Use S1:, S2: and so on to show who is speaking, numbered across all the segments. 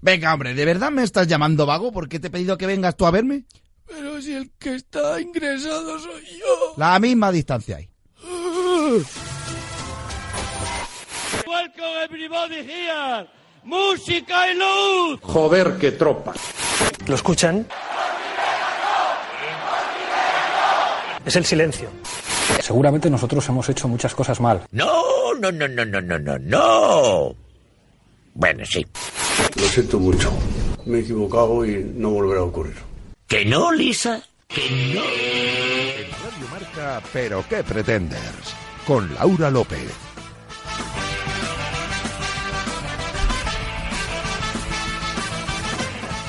S1: Venga, hombre, ¿de verdad me estás llamando vago porque te he pedido que vengas tú a verme?
S2: Pero si el que está ingresado soy yo.
S1: La misma distancia hay.
S3: Welcome everybody here. Música y luz.
S4: Joder, qué tropa.
S5: ¿Lo escuchan? Es el silencio.
S6: Seguramente nosotros hemos hecho muchas cosas mal.
S7: No, no, no, no, no, no, no, no. Bueno, sí.
S8: Lo siento mucho. Me he equivocado y no volverá a ocurrir.
S7: Que no, Lisa. Que no.
S9: En Radio Marca, pero qué pretenders. Con Laura López.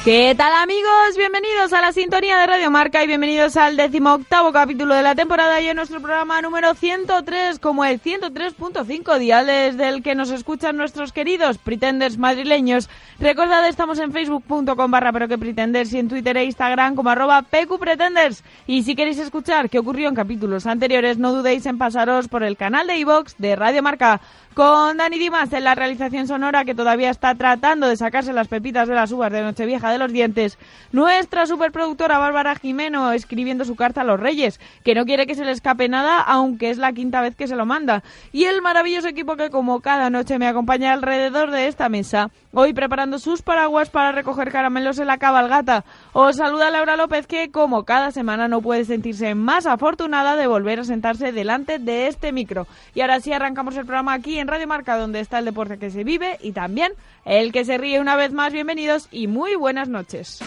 S10: ¿Qué tal amigos? Bienvenidos a la sintonía de Radio Marca y bienvenidos al decimoctavo capítulo de la temporada y en nuestro programa número 103, como el 103.5 diales del que nos escuchan nuestros queridos pretenders madrileños. Recordad, estamos en facebook.com barra pero que pretenders y en Twitter e Instagram como arroba pqpretenders. Y si queréis escuchar qué ocurrió en capítulos anteriores, no dudéis en pasaros por el canal de iVox de Radio Marca con Dani Dimas en la realización sonora que todavía está tratando de sacarse las pepitas de las uvas de Nochevieja de los dientes. Nuestra superproductora Bárbara Jimeno escribiendo su carta a los Reyes, que no quiere que se le escape nada, aunque es la quinta vez que se lo manda. Y el maravilloso equipo que como cada noche me acompaña alrededor de esta mesa, hoy preparando sus paraguas para recoger caramelos en la cabalgata. Os saluda Laura López que como cada semana no puede sentirse más afortunada de volver a sentarse delante de este micro. Y ahora sí arrancamos el programa aquí en en Radio Marca, donde está el deporte que se vive y también el que se ríe una vez más. Bienvenidos y muy buenas noches.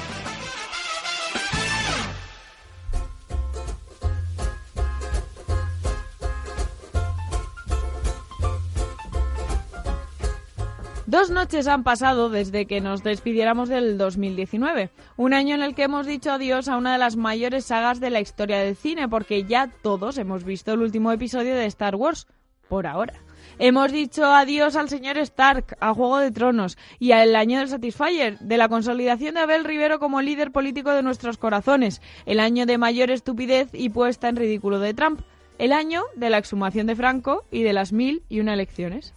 S10: Dos noches han pasado desde que nos despidiéramos del 2019, un año en el que hemos dicho adiós a una de las mayores sagas de la historia del cine, porque ya todos hemos visto el último episodio de Star Wars, por ahora. Hemos dicho adiós al señor Stark, a Juego de Tronos y al año del Satisfyer, de la consolidación de Abel Rivero como líder político de nuestros corazones, el año de mayor estupidez y puesta en ridículo de Trump, el año de la exhumación de Franco y de las mil y una elecciones.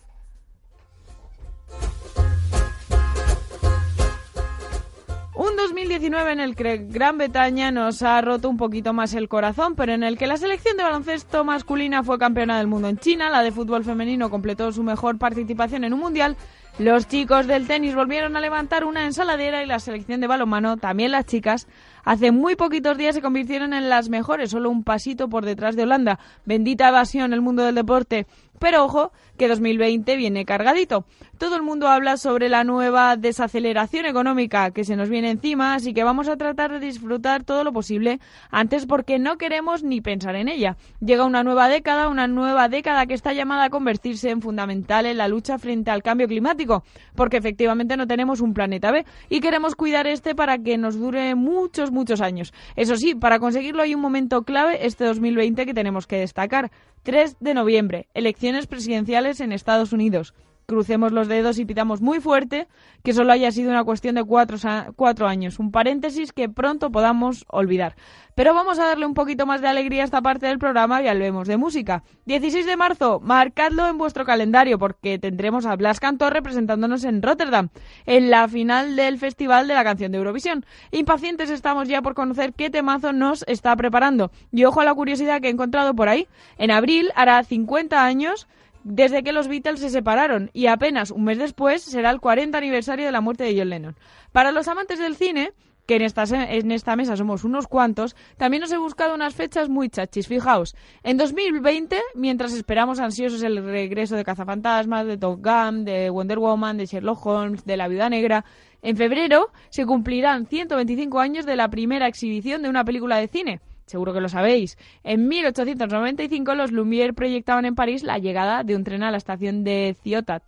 S10: Un 2019 en el que Gran Bretaña nos ha roto un poquito más el corazón, pero en el que la selección de baloncesto masculina fue campeona del mundo en China, la de fútbol femenino completó su mejor participación en un mundial, los chicos del tenis volvieron a levantar una ensaladera y la selección de balonmano, también las chicas, hace muy poquitos días se convirtieron en las mejores, solo un pasito por detrás de Holanda. Bendita evasión el mundo del deporte. Pero ojo, que 2020 viene cargadito. Todo el mundo habla sobre la nueva desaceleración económica que se nos viene encima, así que vamos a tratar de disfrutar todo lo posible antes porque no queremos ni pensar en ella. Llega una nueva década, una nueva década que está llamada a convertirse en fundamental en la lucha frente al cambio climático, porque efectivamente no tenemos un planeta B y queremos cuidar este para que nos dure muchos, muchos años. Eso sí, para conseguirlo hay un momento clave este 2020 que tenemos que destacar. 3 de noviembre, elecciones presidenciales en Estados Unidos. Crucemos los dedos y pidamos muy fuerte que solo haya sido una cuestión de cuatro, cuatro, años, un paréntesis que pronto podamos olvidar. Pero vamos a darle un poquito más de alegría a esta parte del programa y hablemos de música. 16 de marzo, marcadlo en vuestro calendario porque tendremos a Blas Cantor representándonos en Rotterdam, en la final del Festival de la Canción de Eurovisión. Impacientes estamos ya por conocer qué temazo nos está preparando. Y ojo a la curiosidad que he encontrado por ahí. En abril hará 50 años desde que los Beatles se separaron y apenas un mes después será el 40 aniversario de la muerte de John Lennon. Para los amantes del cine, que en esta, en esta mesa somos unos cuantos, también os he buscado unas fechas muy chachis. Fijaos, en 2020, mientras esperamos ansiosos el regreso de Cazafantasmas, de Top Gun, de Wonder Woman, de Sherlock Holmes, de La Viuda Negra, en febrero se cumplirán 125 años de la primera exhibición de una película de cine seguro que lo sabéis. En 1895 los Lumière proyectaban en París la llegada de un tren a la estación de Ciotat.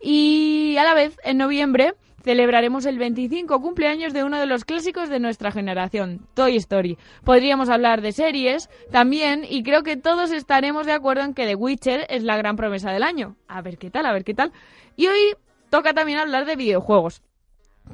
S10: Y a la vez, en noviembre, celebraremos el 25 cumpleaños de uno de los clásicos de nuestra generación, Toy Story. Podríamos hablar de series también y creo que todos estaremos de acuerdo en que The Witcher es la gran promesa del año. A ver qué tal, a ver qué tal. Y hoy toca también hablar de videojuegos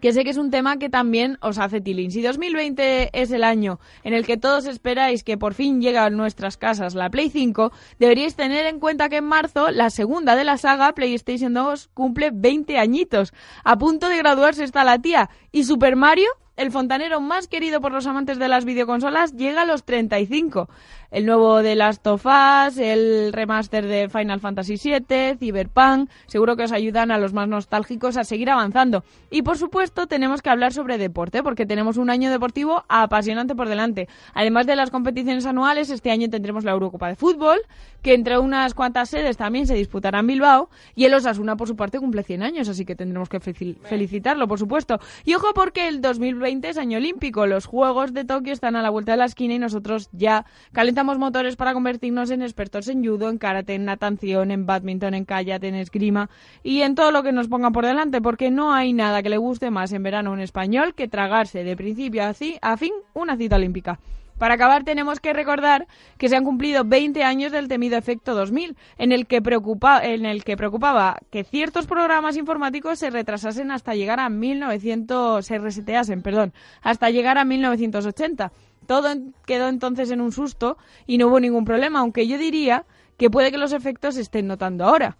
S10: que sé que es un tema que también os hace tilín. Si 2020 es el año en el que todos esperáis que por fin llegue a nuestras casas la Play 5, deberíais tener en cuenta que en marzo la segunda de la saga PlayStation 2 cumple 20 añitos. A punto de graduarse está la tía. Y Super Mario, el fontanero más querido por los amantes de las videoconsolas, llega a los 35. El nuevo de Last of Us, el remaster de Final Fantasy VII, Cyberpunk, seguro que os ayudan a los más nostálgicos a seguir avanzando. Y por supuesto tenemos que hablar sobre deporte, porque tenemos un año deportivo apasionante por delante. Además de las competiciones anuales, este año tendremos la Eurocopa de Fútbol, que entre unas cuantas sedes también se disputará en Bilbao, y el Osasuna por su parte cumple 100 años, así que tendremos que feci- felicitarlo, por supuesto. Y ojo porque el 2020 es año olímpico, los Juegos de Tokio están a la vuelta de la esquina y nosotros ya calentamos motores para convertirnos en expertos en judo, en karate, en natación, en badminton, en kayak, en esgrima y en todo lo que nos pongan por delante, porque no hay nada que le guste más en verano a un español que tragarse de principio a ci- a fin una cita olímpica. Para acabar, tenemos que recordar que se han cumplido 20 años del temido efecto 2000, en el que, preocupa- en el que preocupaba que ciertos programas informáticos se retrasasen hasta llegar a 1900, se reseteasen, perdón, hasta llegar a 1980. Todo en- quedó entonces en un susto y no hubo ningún problema, aunque yo diría que puede que los efectos se estén notando ahora.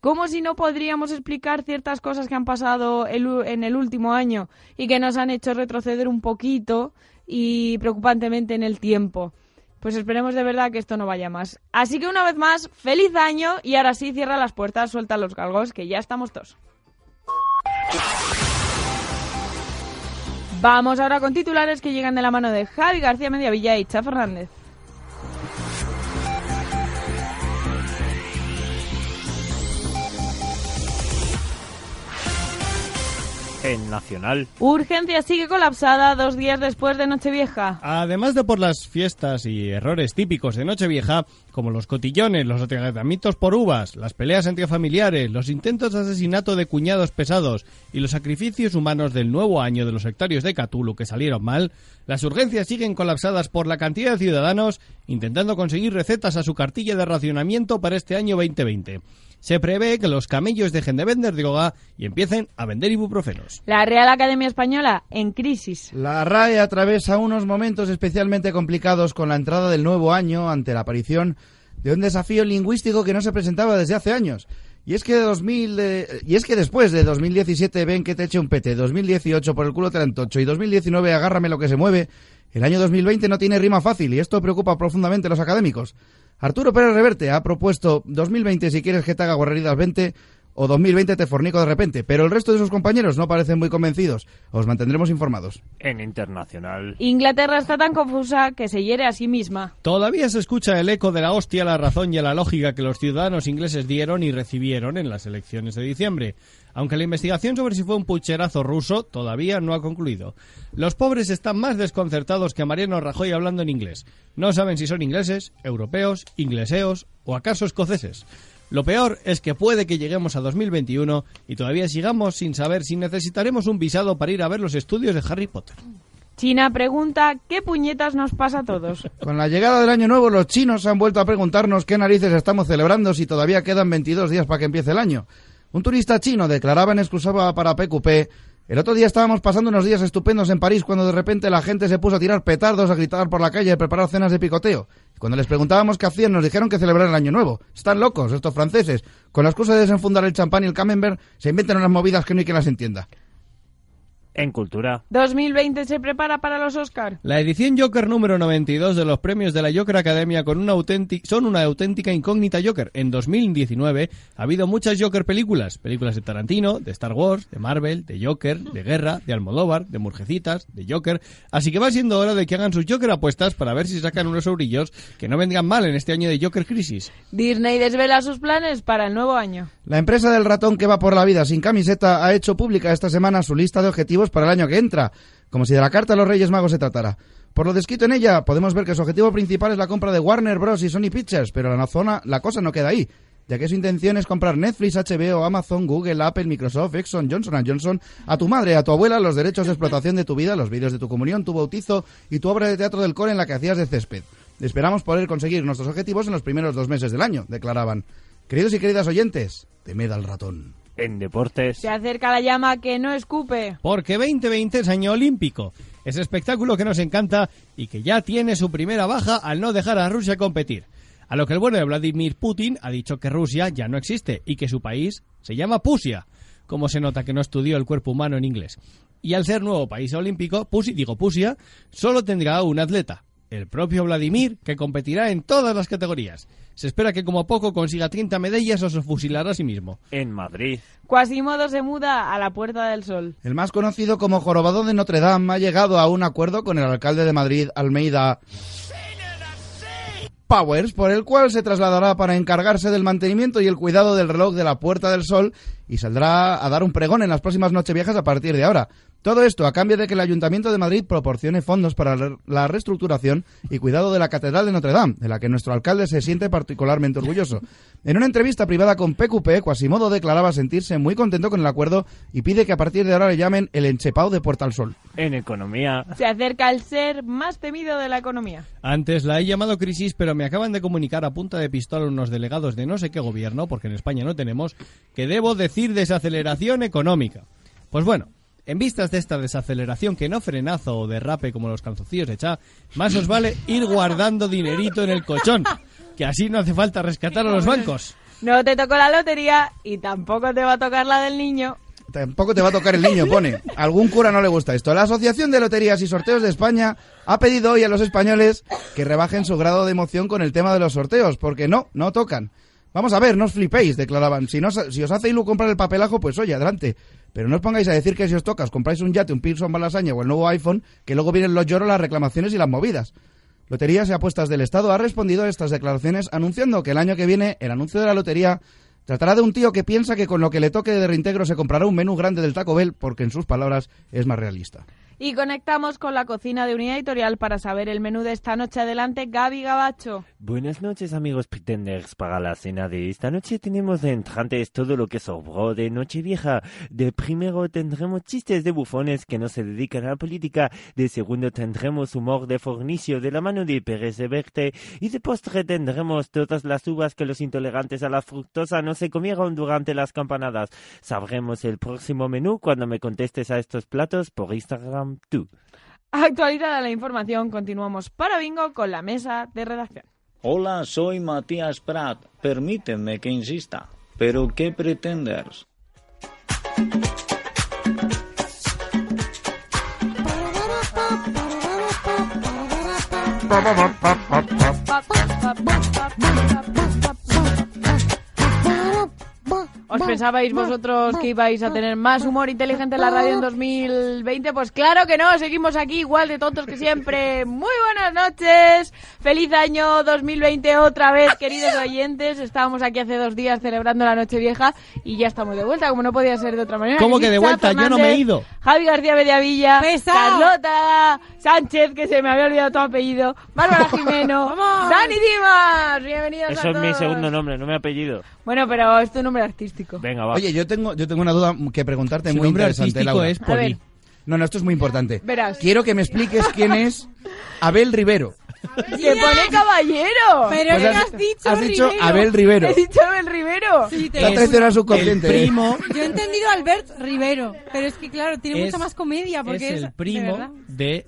S10: Como si no podríamos explicar ciertas cosas que han pasado el u- en el último año y que nos han hecho retroceder un poquito y preocupantemente en el tiempo? Pues esperemos de verdad que esto no vaya más. Así que una vez más, feliz año y ahora sí cierra las puertas, suelta los galgos, que ya estamos todos. Vamos ahora con titulares que llegan de la mano de Javi García Mediavilla y Cha Fernández.
S3: En Nacional.
S10: Urgencia sigue colapsada dos días después de Nochevieja.
S2: Además de por las fiestas y errores típicos de Nochevieja, como los cotillones, los atragantamientos por uvas, las peleas entre familiares, los intentos de asesinato de cuñados pesados y los sacrificios humanos del nuevo año de los sectarios de Cthulhu que salieron mal, las urgencias siguen colapsadas por la cantidad de ciudadanos intentando conseguir recetas a su cartilla de racionamiento para este año 2020. Se prevé que los camellos dejen de vender droga y empiecen a vender ibuprofenos.
S10: La Real Academia Española en crisis.
S1: La RAE atraviesa unos momentos especialmente complicados con la entrada del nuevo año ante la aparición de un desafío lingüístico que no se presentaba desde hace años. Y es que 2000, eh, y es que después de 2017 ven que te eche un pete, 2018 por el culo te la entocho y 2019 agárrame lo que se mueve, el año 2020 no tiene rima fácil y esto preocupa profundamente a los académicos. Arturo Pérez Reverte ha propuesto 2020 si quieres que te haga guarreridas 20 o 2020 te fornico de repente, pero el resto de sus compañeros no parecen muy convencidos. Os mantendremos informados.
S3: En Internacional.
S10: Inglaterra está tan confusa que se hiere a sí misma.
S2: Todavía se escucha el eco de la hostia, la razón y la lógica que los ciudadanos ingleses dieron y recibieron en las elecciones de diciembre. Aunque la investigación sobre si fue un pucherazo ruso todavía no ha concluido. Los pobres están más desconcertados que Mariano Rajoy hablando en inglés. No saben si son ingleses, europeos, ingleseos o acaso escoceses. Lo peor es que puede que lleguemos a 2021 y todavía sigamos sin saber si necesitaremos un visado para ir a ver los estudios de Harry Potter.
S10: China pregunta ¿qué puñetas nos pasa a todos?
S1: Con la llegada del año nuevo, los chinos han vuelto a preguntarnos qué narices estamos celebrando si todavía quedan 22 días para que empiece el año. Un turista chino declaraba en exclusiva para PQP, el otro día estábamos pasando unos días estupendos en París cuando de repente la gente se puso a tirar petardos, a gritar por la calle, a preparar cenas de picoteo. Y Cuando les preguntábamos qué hacían, nos dijeron que celebrar el año nuevo. Están locos estos franceses. Con la excusa de desenfundar el champán y el camembert, se inventan unas movidas que no hay quien las entienda.
S3: En Cultura.
S10: 2020 se prepara para los Oscar.
S2: La edición Joker número 92 de los premios de la Joker Academia con una auténti- son una auténtica incógnita Joker. En 2019 ha habido muchas Joker películas. Películas de Tarantino, de Star Wars, de Marvel, de Joker, de Guerra, de Almodóvar, de Murgecitas, de Joker. Así que va siendo hora de que hagan sus Joker apuestas para ver si sacan unos eurillos que no vendrían mal en este año de Joker Crisis.
S10: Disney desvela sus planes para el nuevo año.
S1: La empresa del ratón que va por la vida sin camiseta ha hecho pública esta semana su lista de objetivos para el año que entra, como si de la carta a los Reyes Magos se tratara. Por lo descrito en ella, podemos ver que su objetivo principal es la compra de Warner Bros. y Sony Pictures, pero la, zona, la cosa no queda ahí, ya que su intención es comprar Netflix, HBO, Amazon, Google, Apple, Microsoft, Exxon, Johnson Johnson, a tu madre, a tu abuela, los derechos de explotación de tu vida, los vídeos de tu comunión, tu bautizo y tu obra de teatro del core en la que hacías de césped. Esperamos poder conseguir nuestros objetivos en los primeros dos meses del año, declaraban. Queridos y queridas oyentes, temed al ratón.
S4: en deportes.
S10: Se acerca la llama que no escupe.
S2: Porque 2020 es año olímpico. Ese espectáculo que nos encanta y que ya tiene su primera baja al no dejar a Rusia competir. A lo que el bueno de Vladimir Putin ha dicho que Rusia ya no existe y que su país se llama Pusia. Como se nota que no estudió el cuerpo humano en inglés. Y al ser nuevo país olímpico, Pusi, digo Pusia, solo tendrá un atleta, el propio Vladimir, que competirá en todas las categorías. Se espera que como a poco consiga 30 medallas o se fusilará a sí mismo.
S4: En Madrid.
S10: Quasimodo se muda a la Puerta del Sol.
S1: El más conocido como Jorobado de Notre Dame ha llegado a un acuerdo con el alcalde de Madrid, Almeida Powers, por el cual se trasladará para encargarse del mantenimiento y el cuidado del reloj de la Puerta del Sol y saldrá a dar un pregón en las próximas Nocheviejas a partir de ahora. Todo esto a cambio de que el Ayuntamiento de Madrid proporcione fondos para la- la reestructuración y cuidado de la Catedral de Notre Dame, de la que nuestro alcalde se siente particularmente orgulloso. En una entrevista privada con PQP, Quasimodo declaraba sentirse muy contento con el acuerdo y pide que a partir de ahora le llamen el enchepao de Puerta al Sol.
S4: En economía.
S10: Se acerca el ser más temido de la economía.
S2: Antes la he llamado crisis, pero me acaban de comunicar a punta de pistola unos delegados de no sé qué gobierno, porque en España no tenemos, que debo decir desaceleración económica. Pues bueno, en vistas de esta desaceleración que no frenazo o derrape como los calzoncillos de Chá, más os vale ir guardando dinerito en el colchón, que así no hace falta rescatar a los bancos.
S10: No te tocó la lotería y tampoco te va a tocar la del niño.
S1: Tampoco te va a tocar el niño, pone. Algún cura no le gusta esto. La Asociación de Loterías y Sorteos de España ha pedido hoy a los españoles que rebajen su grado de emoción con el tema de los sorteos, porque no, no tocan. Vamos a ver, no os flipéis, declaraban. Si, no, os- si os hace ilu comprar el papelajo, pues oye, adelante. Pero no os pongáis a decir que si os tocas compráis un yate, un Pearson Balasaña o el nuevo iPhone, que luego vienen los lloros, las reclamaciones y las movidas. Loterías y Apuestas del Estado ha respondido a estas declaraciones anunciando que el año que viene el anuncio de la lotería tratará de un tío que piensa que con lo que le toque de reintegro se comprará un menú grande del Taco Bell porque en sus palabras es más realista.
S10: Y conectamos con la cocina de Unidad Editorial para saber el menú de esta noche. Adelante, Gaby Gabacho.
S4: Buenas noches amigos pretenders para la cena de esta noche tenemos de entrantes todo lo que sobró de Nochevieja. De primero tendremos chistes de bufones que no se dedican a la política, de segundo tendremos humor de fornicio de la mano de Pérez de Verte y de postre tendremos todas las uvas que los intolerantes a la fructosa no se comieron durante las campanadas. Sabremos el próximo menú cuando me contestes a estos platos por Instagram tú.
S10: Actualizada la información, continuamos para Bingo con la mesa de redacción.
S3: Hola, soy Matías Prat. Permíteme que insista. ¿Pero qué pretendes?
S10: ¿Os pensabais vosotros que ibais a tener más humor inteligente en la radio en 2020? Pues claro que no, seguimos aquí igual de tontos que siempre. Muy buenas noches, feliz año 2020 otra vez, queridos oyentes. Estábamos aquí hace dos días celebrando la Noche Vieja y ya estamos de vuelta, como no podía ser de otra manera.
S2: ¿Cómo
S10: Aquí
S2: que de
S10: Cha
S2: vuelta? Yo no me he
S10: Fernández,
S2: ido.
S10: Javi García Mediavilla,
S11: Pesao.
S10: Carlota Sánchez, que se me había olvidado tu apellido, Bárbara Jimeno,
S11: Vamos.
S10: Dani Dimas, bienvenidos a
S4: Eso es mi
S10: todos.
S4: segundo nombre, no mi apellido.
S10: Bueno, pero es tu nombre artístico.
S4: Venga, va.
S1: Oye, yo tengo, yo tengo una duda que preguntarte
S2: Ah. Su
S1: muy
S2: nombre
S1: interesante,
S2: artístico
S1: Laura.
S2: es
S10: A ver.
S2: Poli.
S1: No, no, esto es muy importante.
S10: Verás.
S1: Quiero que me expliques quién es Abel Rivero.
S10: ¡Se pone caballero!
S11: Pero
S1: Pues
S11: le
S1: has-
S11: has dicho,
S1: has dicho
S11: Rivero.
S1: Abel Rivero.
S10: ¿He dicho Abel Rivero?
S11: Sí, te-
S1: Te ha traicionado el subconsciente.
S2: el
S1: ¿eh?
S2: primo
S11: Yo he entendido a Albert Rivero, pero es que claro, tiene
S2: es-
S11: mucha más comedia porque
S2: es
S11: es,
S2: el
S11: de
S2: primo
S11: verdad.
S2: de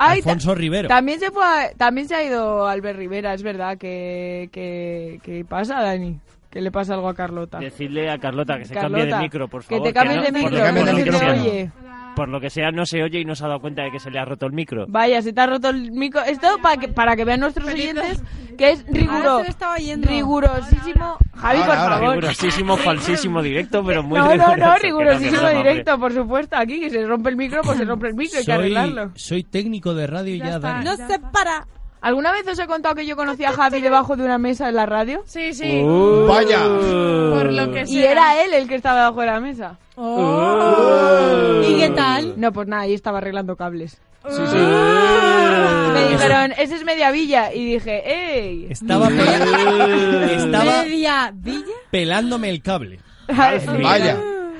S10: Ay, ta-
S2: Alfonso Rivero.
S10: También se, fue a- también se ha ido Albert Rivera, es verdad. que que que pasa, Dani? Que le pasa algo a Carlota.
S4: Decirle a Carlota que se
S10: Carlota,
S4: cambie de micro, por favor.
S10: Que te cambies
S4: no-
S10: de
S4: por lo-
S10: micro,
S1: que
S4: por
S1: cambies
S4: lo
S1: de
S4: que
S10: no se
S1: micrófono.
S4: sea,
S10: te oye.
S4: Por lo que sea, no se oye y no se ha dado cuenta de que se le ha roto el micro.
S10: Vaya, se te ha roto el micro. Esto para que, para que vean nuestros oyentes que es riguro,
S11: Ahora se le estaba yendo.
S10: rigurosísimo. Javi,
S1: Ahora,
S10: por
S1: ahora,
S10: favor.
S4: Rigurosísimo, falsísimo directo, pero muy
S10: no, no,
S4: riguroso,
S10: no,
S4: que no, que no,
S10: rigurosísimo
S4: hombre.
S10: directo, por supuesto. Aquí que se rompe el micro, pues se rompe el micro, hay que arreglarlo.
S2: soy técnico de radio y Ah, ya,
S11: está.
S2: Dani.
S11: No se para.
S10: ¿Alguna vez os he contado que yo conocí a Javi debajo de una mesa en la radio?
S11: Sí, sí.
S1: Vaya.
S11: Por
S12: Mm.
S11: lo que
S10: Y era él el que estaba debajo de la mesa.
S11: ¿Y qué tal?
S10: No, pues nada, ahí estaba arreglando cables.
S12: Oh.
S11: Ah.
S10: Me dijeron, ese es Mediavilla. Y dije, ¡ey!
S2: Estaba, pela- estaba
S11: Media Villa.
S2: pelándome el cable.
S10: Ay,
S1: Vaya.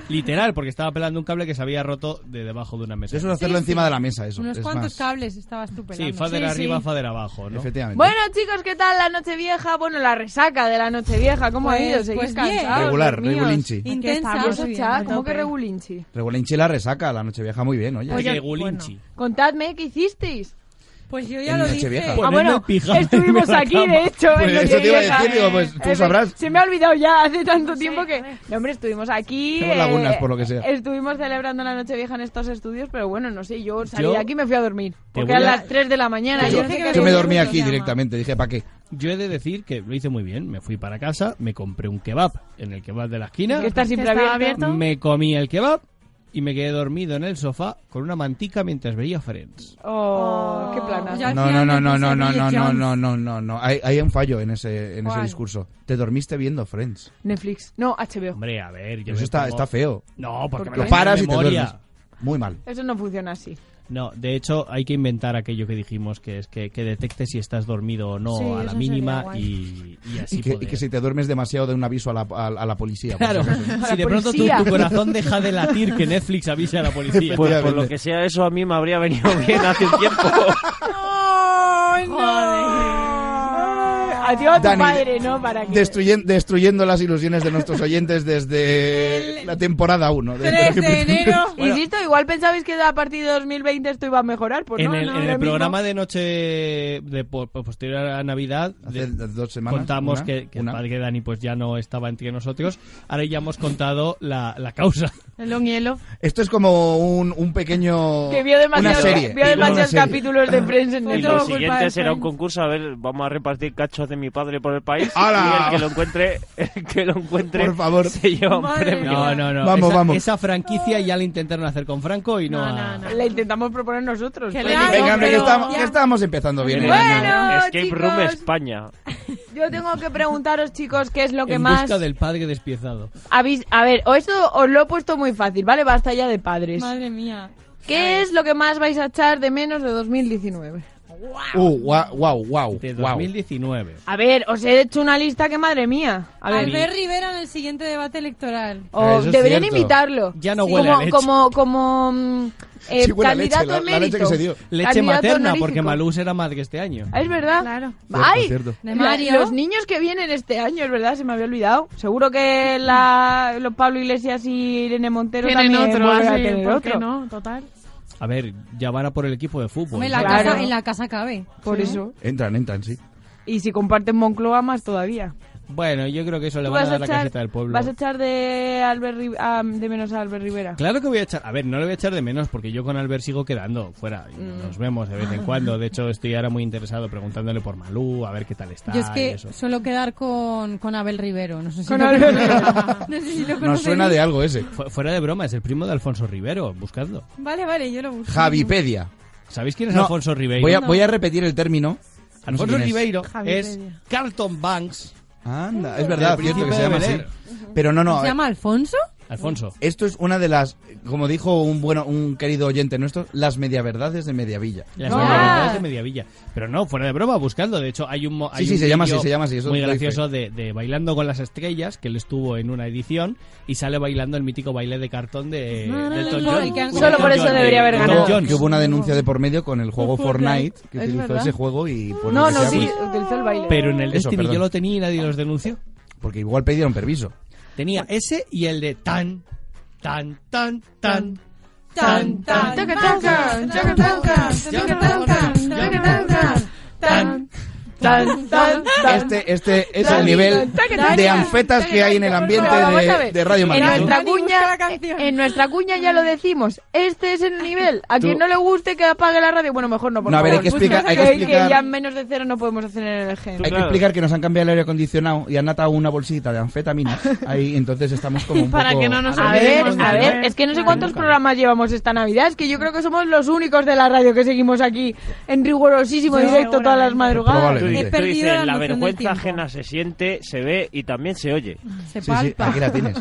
S2: Literal, porque estaba pelando un cable que se había roto de debajo de una mesa.
S1: Eso es hacerlo Sí, encima sí. de la mesa, eso.
S12: Unos cuantos cables estabas tú pelando.
S2: Sí, fader arriba, fader abajo, ¿no?
S1: Efectivamente.
S10: Bueno, chicos, ¿qué tal la noche vieja? Bueno, la resaca de la noche vieja. ¿Cómo ha
S12: Pues-
S10: ido? ¿Seguís
S12: pues bien.
S10: cansados?
S1: Regular,
S10: Dios míos.
S1: regulinchi.
S10: Aquí
S12: Intensa, Pues
S10: estamos,
S12: bien,
S10: chaval,
S12: a
S10: ¿Cómo que
S12: tope.
S10: regulinchi?
S1: Regulinchi la resaca, la noche vieja muy bien, oye.
S2: Pues
S10: Oye, Contadme, ¿qué hicisteis?
S12: Pues yo
S1: En lo Nochevieja. dije.
S10: Ah,
S1: Ponerme
S10: bueno,
S1: el pijama
S10: estuvimos
S1: en la
S10: aquí,
S1: cama.
S10: de hecho, en
S1: Pues eso te iba a
S10: Nochevieja.
S1: decir, digo, pues tú
S10: Efe-
S1: sabrás.
S10: Eh, Se me ha olvidado ya hace tanto tiempo que... No, hombre, estuvimos aquí... eh,
S1: Tengo lagunas, por lo que sea.
S10: Estuvimos celebrando la Nochevieja en estos estudios, pero bueno, no sé, yo salí
S2: Yo-
S10: de aquí y me fui a dormir.
S2: Te
S10: Porque
S2: voy
S10: eran
S2: a-
S10: las 3 de la mañana.
S1: Yo,
S10: no sé qué
S1: yo me
S10: había
S1: dormí
S10: hecho.
S1: aquí directamente, dije, ¿para qué?
S2: Yo he de decir que lo hice muy bien. Me fui para casa, me compré un kebab en el kebab de la esquina.
S10: Que está siempre ¿Que estaba abierto. abierto?
S2: Me comí el kebab y me quedé dormido en el sofá con una mantica mientras veía Friends.
S10: Oh, qué plana.
S1: No, no, no, no, no, no, no, no, no, no, no, no. Hay, hay un fallo en ese, en ese
S10: ¿Cuál?
S1: discurso. Te dormiste viendo Friends.
S10: Netflix. No, HBO.
S2: Hombre, a ver. yo
S1: Eso
S2: me
S1: está-
S2: pongo-
S1: está feo.
S2: No, porque
S1: ¿Por
S2: me
S1: qué?
S2: lo
S1: Lo paras
S2: sé
S1: y
S2: de
S1: te
S2: memoria.
S1: duermes. Muy mal.
S10: Eso no funciona así.
S2: No, de hecho hay que inventar aquello que dijimos, que es que, que detecte si estás dormido o no
S10: Sí,
S2: a
S10: eso
S2: la
S10: sería
S2: mínima
S10: guay.
S2: y, y así
S1: Y que, y
S2: poder.
S1: que si te duermes demasiado de un aviso a la, a, a la policía. por
S2: Claro,
S1: ejemplo.
S2: si de pronto tu,
S1: policía.
S2: tu corazón deja de latir, que Netflix avise a la policía.
S4: Pues por lo que sea eso a mí me habría venido bien hace tiempo.
S10: Adiós a tu
S1: Dani,
S10: madre, ¿no? Para que...
S1: Destruyen- destruyendo las ilusiones de nuestros oyentes desde la temporada 1.
S10: Insisto, igual pensabais que a partir de 2020 esto iba a mejorar, pues
S2: en
S10: no,
S2: el,
S10: no,
S2: en el
S10: lo mismo.
S2: programa de noche de po- po- posterior a Navidad
S1: Hace
S2: de-
S1: dos semanas,
S2: contamos
S1: una,
S2: que, que el
S1: una.
S2: padre Dani pues ya no estaba entre nosotros ahora ya hemos contado la, la causa
S12: El long hielo.
S1: Esto es como un, un pequeño...
S10: Que vio demasiado-
S1: Oh, una serie.
S10: vio demasiados
S1: Una serie.
S10: capítulos de prensa en
S4: Y
S10: Netflix.
S4: lo siguiente será un concurso, a ver, vamos a repartir cachos de mi padre por el país.
S1: ¡Hala!
S4: Y el que lo encuentre, el que lo encuentre
S1: Por favor.
S4: se lleva un
S10: Madre
S4: premio.
S2: no no no
S1: Vamos,
S2: esa,
S1: vamos.
S2: esa franquicia ya la intentaron hacer con Franco y no,
S10: No,
S2: ha-
S10: La intentamos proponer nosotros.
S12: Que
S10: pero-
S12: le hago,
S1: Pues Venga, hombre, que
S12: pero-
S1: estamos, que estamos empezando bien. ¿eh? el año.
S10: Bueno,
S4: Escape
S10: chicos,
S4: Room España.
S10: yo tengo que preguntaros, chicos, qué es lo que
S2: en
S10: más...
S2: busca del padre despiezado
S10: habéis- A ver, o esto os lo he puesto muy fácil, ¿vale? Basta ya de padres.
S12: Madre mía.
S10: ¿Qué es lo que más vais a echar de menos de 2019?
S1: Uh, guau, guau, guau.
S2: de
S1: guau.
S2: 2019
S10: A ver, os he hecho una lista que, madre mía. A ver,
S12: Albert Rivera en el siguiente debate electoral.
S10: O
S1: Ah, eso es
S10: deberían
S1: cierto.
S10: invitarlo.
S2: Ya no
S10: Sí.
S2: huele a
S10: como,
S2: leche.
S10: Como, como mm, eh,
S1: Sí huele a leche,
S10: candidato
S1: la- la leche que
S10: emérito.
S1: se dio.
S2: leche
S10: Candidato
S2: materna
S10: honorífico.
S2: porque Malús era madre este año
S10: Ah, Es verdad.
S12: Claro.
S1: Cierto,
S10: Ay,
S1: cierto.
S12: De
S10: la-
S12: Mario.
S10: los niños que vienen este año, es verdad, se me había olvidado. Seguro que la, los Pablo Iglesias y Irene Montero
S12: Tienen
S10: también
S12: otro,
S10: vuelven
S12: así,
S10: a tener
S12: ¿por qué
S10: otro.
S12: no? Total.
S2: a ver ya van a por el equipo de fútbol
S12: Hombre, la
S10: Claro.
S12: casa, en la casa cabe.
S10: Por eso.
S1: Entran, entran, sí.
S10: Y si comparten Moncloa, más todavía.
S2: bueno yo creo que eso le
S10: Tú
S2: van a
S10: vas,
S2: dar la
S10: echar,
S2: caseta del pueblo
S10: vas a echar de, Albert Ri- ah, de menos a Albert Rivera.
S2: Claro que voy a echar. A ver, no le voy a echar de menos porque yo con Albert sigo quedando fuera. y
S10: Mm.
S2: Nos vemos de vez en cuando. De hecho, estoy ahora muy interesado preguntándole por Malú, a ver qué tal está.
S12: Yo es
S2: y
S12: que
S2: eso.
S12: suelo quedar con, con Abel Rivero. No sé si
S10: Con
S12: lo
S10: Abel
S12: conoces.
S10: Rivera.
S12: No sé si lo
S1: Nos
S12: conoces.
S1: suena de algo ese.
S2: Fu- Fuera de broma, es el primo de Alfonso Rivero. Buscadlo.
S12: Vale, vale, yo lo busco.
S1: Javipedia.
S2: ¿Sabéis quién es
S1: No,
S2: Alfonso Ribeiro?
S1: Voy a, voy a repetir el término. No sé
S2: Alfonso
S1: quién es.
S2: Ribeiro
S12: Javi
S2: es
S12: Pedia.
S2: Carlton Banks.
S1: Anda, es
S2: El
S1: verdad, cierto
S2: príncipe
S1: que se
S2: de
S1: llama así.
S2: Bel-Air.
S1: Pero no, no.
S12: ¿Se
S1: eh,
S12: llama Alfonso?
S2: Alfonso.
S1: Esto es una de las, como dijo un bueno, un querido oyente nuestro, las mediaverdades de Mediavilla.
S2: Las
S10: No.
S12: Ah.
S2: mediavillas de Mediavilla. Pero no, fuera de broma, buscadlo. De hecho, hay un. mo-
S1: Sí,
S2: hay
S1: sí,
S2: un
S1: se llama así,
S2: vídeo
S1: se llama así, eso
S2: muy
S1: doy fe.
S2: gracioso de, de Bailando con las Estrellas, que él estuvo en una edición y sale bailando el mítico baile de cartón de, de Elton
S12: Solo
S2: John. Elton
S10: por eso
S2: John, de-
S10: debería haber
S2: de
S1: Que
S2: Tom
S10: ganado.
S1: hubo,
S2: Jones.
S1: que hubo una denuncia de por medio con el juego
S12: Por Fortnite.
S1: Fortnite, que
S10: Es
S1: utilizó
S10: verdad.
S1: ese juego y por
S10: No,
S1: lo que
S10: no,
S1: sea,
S10: sí,
S1: pues,
S10: utilizó el baile.
S2: Pero en el
S1: Eso,
S2: Destiny
S1: perdón.
S2: yo lo tenía y nadie los denunció.
S1: porque igual pidieron permiso.
S2: Tenía ese y el de tan, tan, tan, tan.
S12: Tan, tan,
S10: Taca, taca, taca, taca, taca, taca, taca, taca, tan, tan, tan, tan.
S1: Este, este es
S10: Dani,
S1: el nivel
S10: Dani,
S1: de anfetas que hay en el ambiente
S10: Pero vamos a
S1: de,
S10: ver,
S1: de Radio
S10: en
S1: Madrid.
S10: nuestra,
S12: Dani, busca
S10: cuña,
S12: la canción.
S10: en nuestra cuña ya lo decimos. Este es el nivel. A quien no le guste que apague la radio. Bueno, mejor no. Por
S1: No, a ver,
S10: favor.
S1: hay que explicar- hay que
S10: que
S1: explicar-
S10: ya menos de cero no podemos hacer en el gen.
S1: Hay que explicar que nos han cambiado el aire acondicionado y han atado una bolsita de anfetaminas. Ahí, entonces estamos como un
S12: Para
S1: poco...
S12: que no nos
S10: A ver, a ver, es que no sé cuántos programas llevamos esta Navidad. Es que yo creo que somos los únicos de la radio que seguimos aquí en rigurosísimo
S12: Yo
S10: directo todas las madrugadas.
S1: Probablemente.
S12: He perdido la
S4: la
S12: noción del
S4: vergüenza
S12: tiempo.
S4: ajena se siente, se ve y también se oye.
S12: Se
S1: Sí, sí,
S12: palpa.
S1: aquí la tienes.